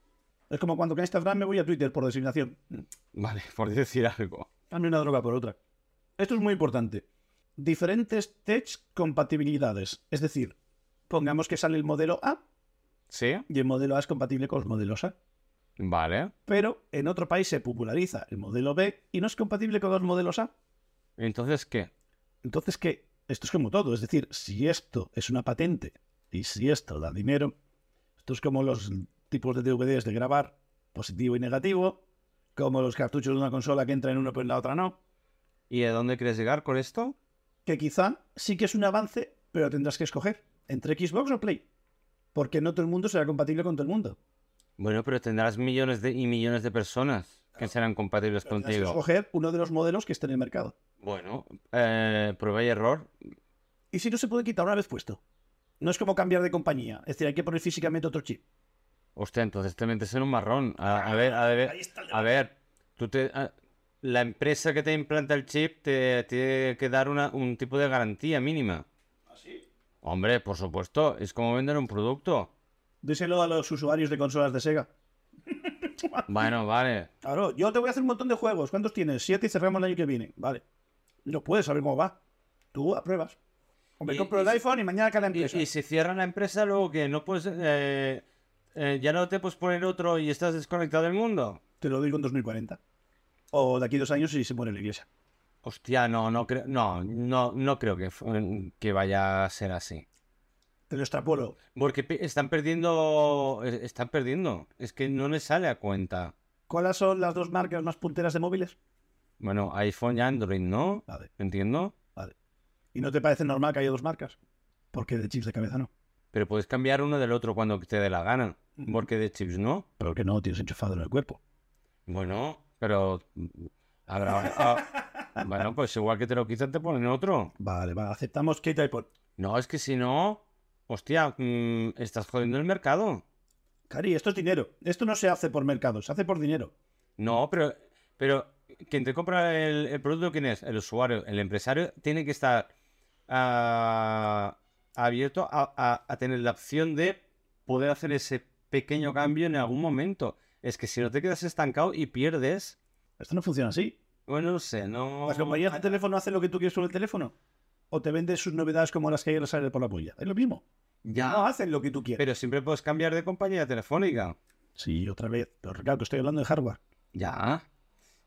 Es como cuando con Instagram me voy a Twitter por designación. Vale, por decir algo. Cambio una droga por otra. Esto es muy importante. Diferentes tech compatibilidades. Es decir, pongamos que sale el modelo A ¿Sí? y el modelo A es compatible con los modelos A. Vale. Pero en otro país se populariza el modelo B y no es compatible con los modelos A. Entonces, ¿qué? Entonces, ¿qué? Esto es como todo. Es decir, si esto es una patente y si esto da dinero, esto es como los tipos de DVDs de grabar positivo y negativo, como los cartuchos de una consola que entra en uno pero en la otra no, ¿Y a dónde quieres llegar con esto? que quizá sí que es un avance, pero tendrás que escoger entre Xbox o Play, porque no todo el mundo será compatible con todo el mundo. Bueno, pero tendrás millones de, y millones de personas que serán compatibles Tendrás que contigo. escoger uno de los modelos que esté en el mercado. Bueno, eh, prueba y error. Y si no se puede quitar una vez puesto. No es como cambiar de compañía, es decir, hay que poner físicamente otro chip. Hostia, entonces te metes en un marrón. A, a ver, a ver, a ver, tú te, a- la empresa que te implanta el chip te tiene que dar una- un tipo de garantía mínima. Hombre, por supuesto, es como vender un producto. Díselo a los usuarios de consolas de Sega. Bueno, vale. Claro, yo te voy a hacer un montón de juegos. ¿Cuántos tienes? Siete y cerramos el año que viene. Vale. No puedes saber cómo va. Tú apruebas. O me Y- compro el y- iPhone y mañana cada Y, empresa. y si cierran la empresa, luego que no puedes. eh, eh, ya no te puedes poner otro y estás desconectado del mundo. Te lo digo en 2040. O de aquí a dos años si se muere la iglesia. Hostia, no, no creo. No, no, no creo que, fu- que vaya a ser así. Te lo extrapolo. Porque pi- están perdiendo. eh, Están perdiendo. Es que no les sale a cuenta. ¿Cuáles son las dos marcas más punteras de móviles? Bueno, iPhone y Android, ¿no? Vale. Entiendo. ¿Y no te parece normal que haya dos marcas? Porque de chips de cabeza no. Pero puedes cambiar uno del otro cuando te dé la gana. Ujú. Porque de chips no. Pero que no, tienes enchufado en el cuerpo. Bueno, pero. mm, habrá- ah, bueno, pues igual que te lo quitan, te ponen otro. Vale, vale. Aceptamos que hay iPod. No, es que si no. Hostia, mm, estás jodiendo el mercado. Cari, esto es dinero. Esto no se hace por mercado, se hace por dinero. No, pero, pero quien te compra el, el producto, ¿quién es? El usuario, el empresario, tiene que estar ah, abierto a, a- a tener la opción de poder hacer ese pequeño cambio en algún momento. Es que si no te quedas estancado y pierdes, Esto no funciona así. bueno, no sé, no... Las compañías de teléfono hacen lo que tú quieres con el teléfono. O te venden sus novedades como las que ayer salen por la polla. Es lo mismo. No Ya, hacen lo que tú quieres. pero siempre puedes cambiar de compañía telefónica. Sí, otra vez. Pero claro, que estoy hablando de hardware. Ya.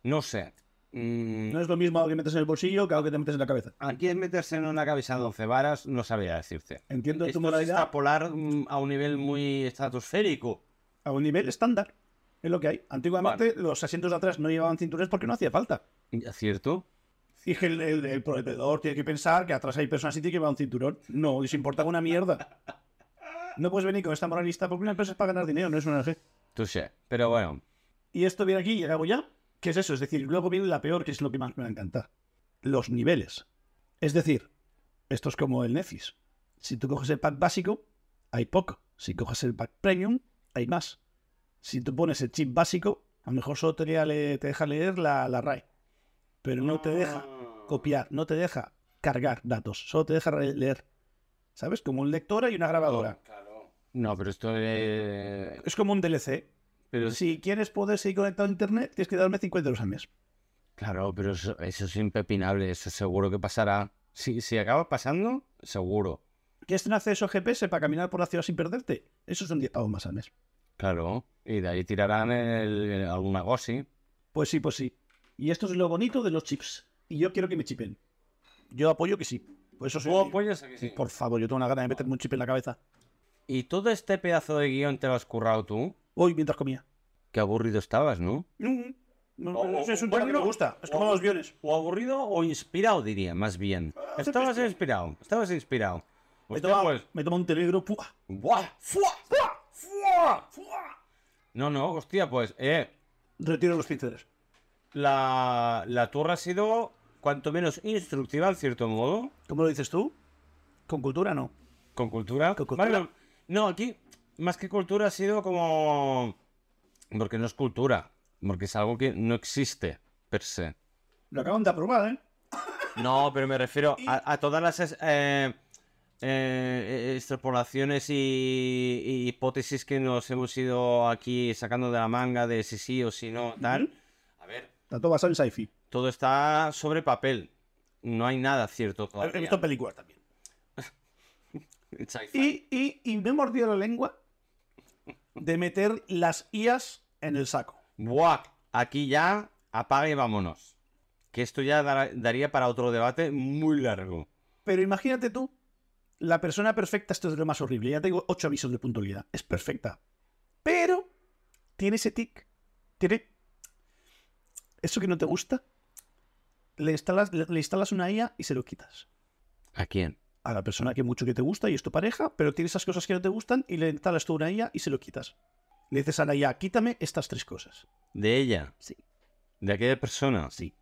No sé. Mm, No es lo mismo algo que metes en el bolsillo que algo que te metes en la cabeza. Aquí es meterse en una cabeza de 11 varas, no sabría decirte. Entiendo Esto tu es moralidad extrapolar mm, a un nivel muy estratosférico. a un nivel estándar. Es lo que hay. Antiguamente los asientos de atrás no llevaban cinturones porque no hacía falta. Ya, ¿Cierto? Y es que el, el- el proveedor tiene que pensar que atrás hay personas y tiene que llevar un cinturón. No, les importa una mierda. No puedes venir con esta moralista porque una empresa es para ganar dinero, no es una ONG. Touché. Pero bueno, Y esto viene aquí y hago ya. ¿Qué es eso? Es decir, luego viene la peor, que es lo que más me va a encantar. Los niveles. Es decir, esto es como el Nefis. Si tú coges el pack básico, hay poco. Si coges el pack premium, hay más. Si tú pones el chip básico, a lo mejor solo te, lea- le- te deja leer la, la RAE. Pero no te deja Ah. copiar, no te deja cargar datos, solo te deja re- leer. ¿Sabes? Como un lectora y una grabadora. no, pero esto de... Es como un DLC. Pero Si quieres poder seguir conectado a internet, tienes que darme 50 euros al mes. Claro, pero eso, eso es impepinable, eso seguro que pasará. Si, si acaba pasando, seguro. ¿Quieres tener acceso a GPS para caminar por la ciudad sin perderte? Eso son 10 pavos más al mes. Claro. Y de ahí tirarán el- el- alguna gossip. Pues sí, pues sí. Y esto es lo bonito de los chips. Y yo quiero que me chipen. Yo apoyo que sí. Por eso soy ¿Tú así. apoyas a que sí? Por favor, yo tengo una gana de meterme un chip en la cabeza. ¿Y todo este pedazo de guión te lo has currado tú? Hoy mientras comía. Qué aburrido estabas, ¿no? Mm, No, O- no, o- eso es un Oh, bueno, Oh. tema que me gusta. Es como o- los aviones. O aburrido o inspirado, diría, más bien. Estabas inspirado, estabas inspirado. Me Hostia, toma, pues, me toma un telegro. ¡pua! ¡buah! ¡Fua! ¡Fua! ¡Fua! ¡Fua! No, no, hostia, pues, eh, Retiro los pinceles. la, la turra ha sido cuanto menos instructiva, en cierto modo. ¿Cómo lo dices tú? Con cultura no. Con cultura. Con cultura. Bueno, no, aquí, más que cultura, ha sido como. Porque no es cultura. Porque es algo que no existe, per se. Lo acaban de aprobar, ¿eh? No, pero me refiero a, a todas las es- eh, eh, extrapolaciones y, y hipótesis que nos hemos ido aquí sacando de la manga de si sí o si no, tal. A ver, Está todo basado en sci-fi. todo está sobre papel. No hay nada cierto He todavía. visto películas también. Sci-fi. Y, y, y me he mordido la lengua de meter las IAS en el saco. Buah, aquí ya apaga y vámonos. Que esto ya dará- daría para otro debate muy largo. Pero imagínate tú, la persona perfecta, esto es lo más horrible. Ya tengo ocho avisos de puntualidad. Es perfecta. Pero tiene ese tic. Tiene. Eso que no te gusta. Le instalas, le, le instalas una IA y se lo quitas. ¿A quién? A la persona que mucho que te gusta y es tu pareja, pero tiene esas cosas que no te gustan y le instalas tú una IA y se lo quitas. Le dices a la IA, quítame estas tres cosas. ¿De ella? Sí. ¿De aquella persona? Sí.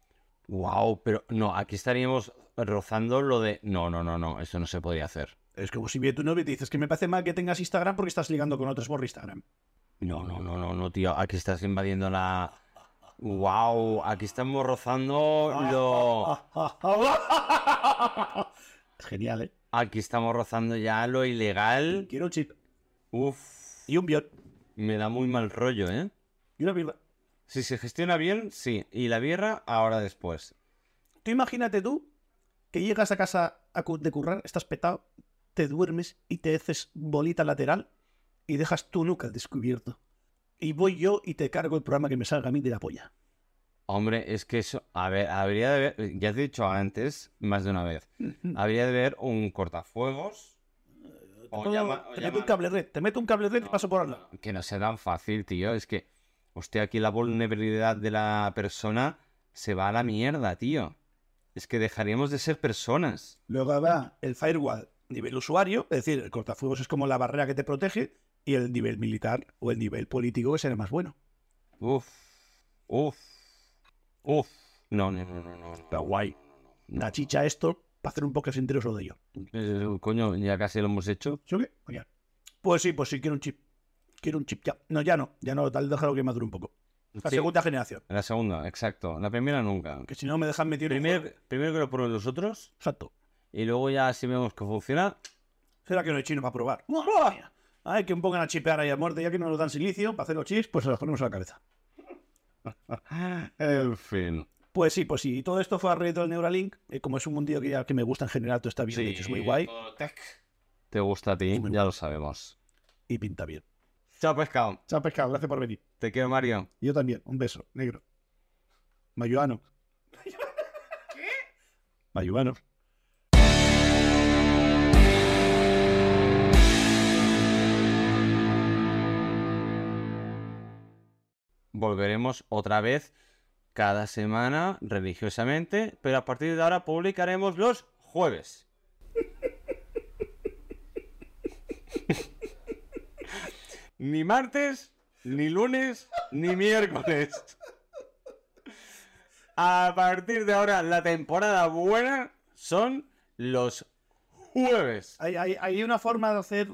Wow, pero no, aquí estaríamos rozando lo de no, no, no, no, esto no se podía hacer. Es como si viene tu novio y te dices que me parece mal que tengas Instagram porque estás ligando con otros por Instagram. No, no, no, no, no, tío, aquí estás invadiendo la. Wow, aquí estamos rozando lo. Ah, Es genial, ¿eh? Aquí estamos rozando ya lo ilegal. Quiero un chip Uf, y un biot me da muy mal rollo, ¿eh? y una birra. Si se gestiona bien, sí. Y la birra, ahora después. Tú imagínate tú que llegas a casa a cu- de currar, estás petado, te duermes y te haces bolita lateral y dejas tu nuca al descubierto. Y voy yo y te cargo el programa que me salga a mí de la polla. Hombre, es que eso, a ver, habría de ver, ya te he dicho antes, más de una vez, habría de ver un cortafuegos. o Todo- llama- o te meto un llama- cable red, te meto un cable red y paso por hablar. Que no sea tan fácil, tío. Es que, hostia, aquí la vulnerabilidad de la persona se va a la mierda, tío. Es que dejaríamos de ser personas. Luego habrá el firewall nivel usuario, es decir, el cortafuegos es como la barrera que te protege, y el nivel militar o el nivel político que será más bueno. Uf, uf, uf. No, no, no, no, no. no. Está guay. La chicha esto para hacer un podcast entero solo de ello. Eh, Coño, ya casi lo hemos hecho. ¿Sí o qué? Oye. Pues sí, pues sí, quiero un chip. Quiero un chip, ya. No, ya no, ya no, tal, déjalo que madure un poco. La Sí, segunda generación, la segunda, exacto. La primera nunca. que si no me dejan metido en el juego. Primer- primero que lo ponen los otros Exacto. y luego ya si vemos que funciona, ¿Será que no hay chino para probar? Hay que pongan a chipear ahí a muerte, ya que no nos dan silicio para hacer los chips, pues se los ponemos a la cabeza. en fin. Pues sí, pues sí. Y todo esto fue alrededor del Neuralink. eh, como es un mundillo que, ya, que me gusta en general, todo está bien hecho, es muy guay Te gusta a ti, muy ya lo sabemos. y pinta bien. Chao pescado, Chao, pescado. Gracias por venir. te quiero Mario. Yo también. Un beso, negro. Mayuano. ¿Qué? Mayuano. Volveremos otra vez cada semana religiosamente, pero a partir de ahora publicaremos los jueves. ni martes, ni lunes, ni miércoles. A partir de ahora, la temporada buena son los jueves. Hay, hay- hay una forma de hacer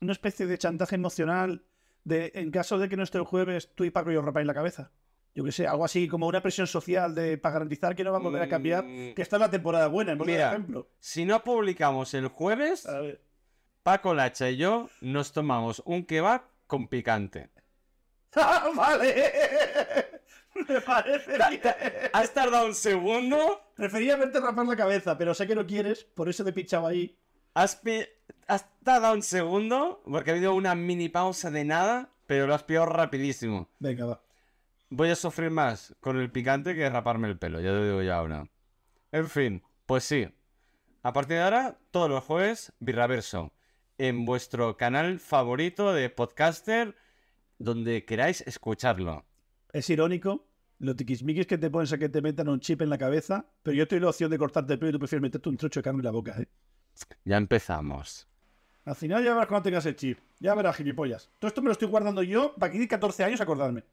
una especie de chantaje emocional de en caso de que no esté el jueves, tú y Paco y os rapáis la cabeza. Yo que sé, algo así como una presión social de para garantizar que no va a volver a cambiar, Mm. que está la temporada buena, por Mira. ejemplo. Si no publicamos el jueves, A ver, Paco Lacha y yo nos tomamos un kebab con picante. ¡Ah, vale! Me parece bien. ¿Has tardado un segundo? Prefería verte rapar la cabeza, pero sé que no quieres, por eso te he pinchado ahí. ¿Has, pi- has tardado un segundo? Porque ha habido una mini pausa de nada, pero lo has pillado rapidísimo. Venga, va. Voy a sufrir más con el picante que raparme el pelo, ya lo digo ya ahora. En fin, pues sí. A partir de ahora, todos los jueves, Birraverso. En vuestro canal favorito de podcaster, donde queráis escucharlo. Es irónico los tiquismiquis que te pones a que te metan un chip en la cabeza, pero yo te doy la opción de cortarte el pelo y tú prefieres meterte un trocho de carne en la boca, ¿eh? Ya empezamos. Al final ya verás cuando tengas el chip. Ya verás, gilipollas. Todo esto me lo estoy guardando yo para aquí de 14 años acordarme.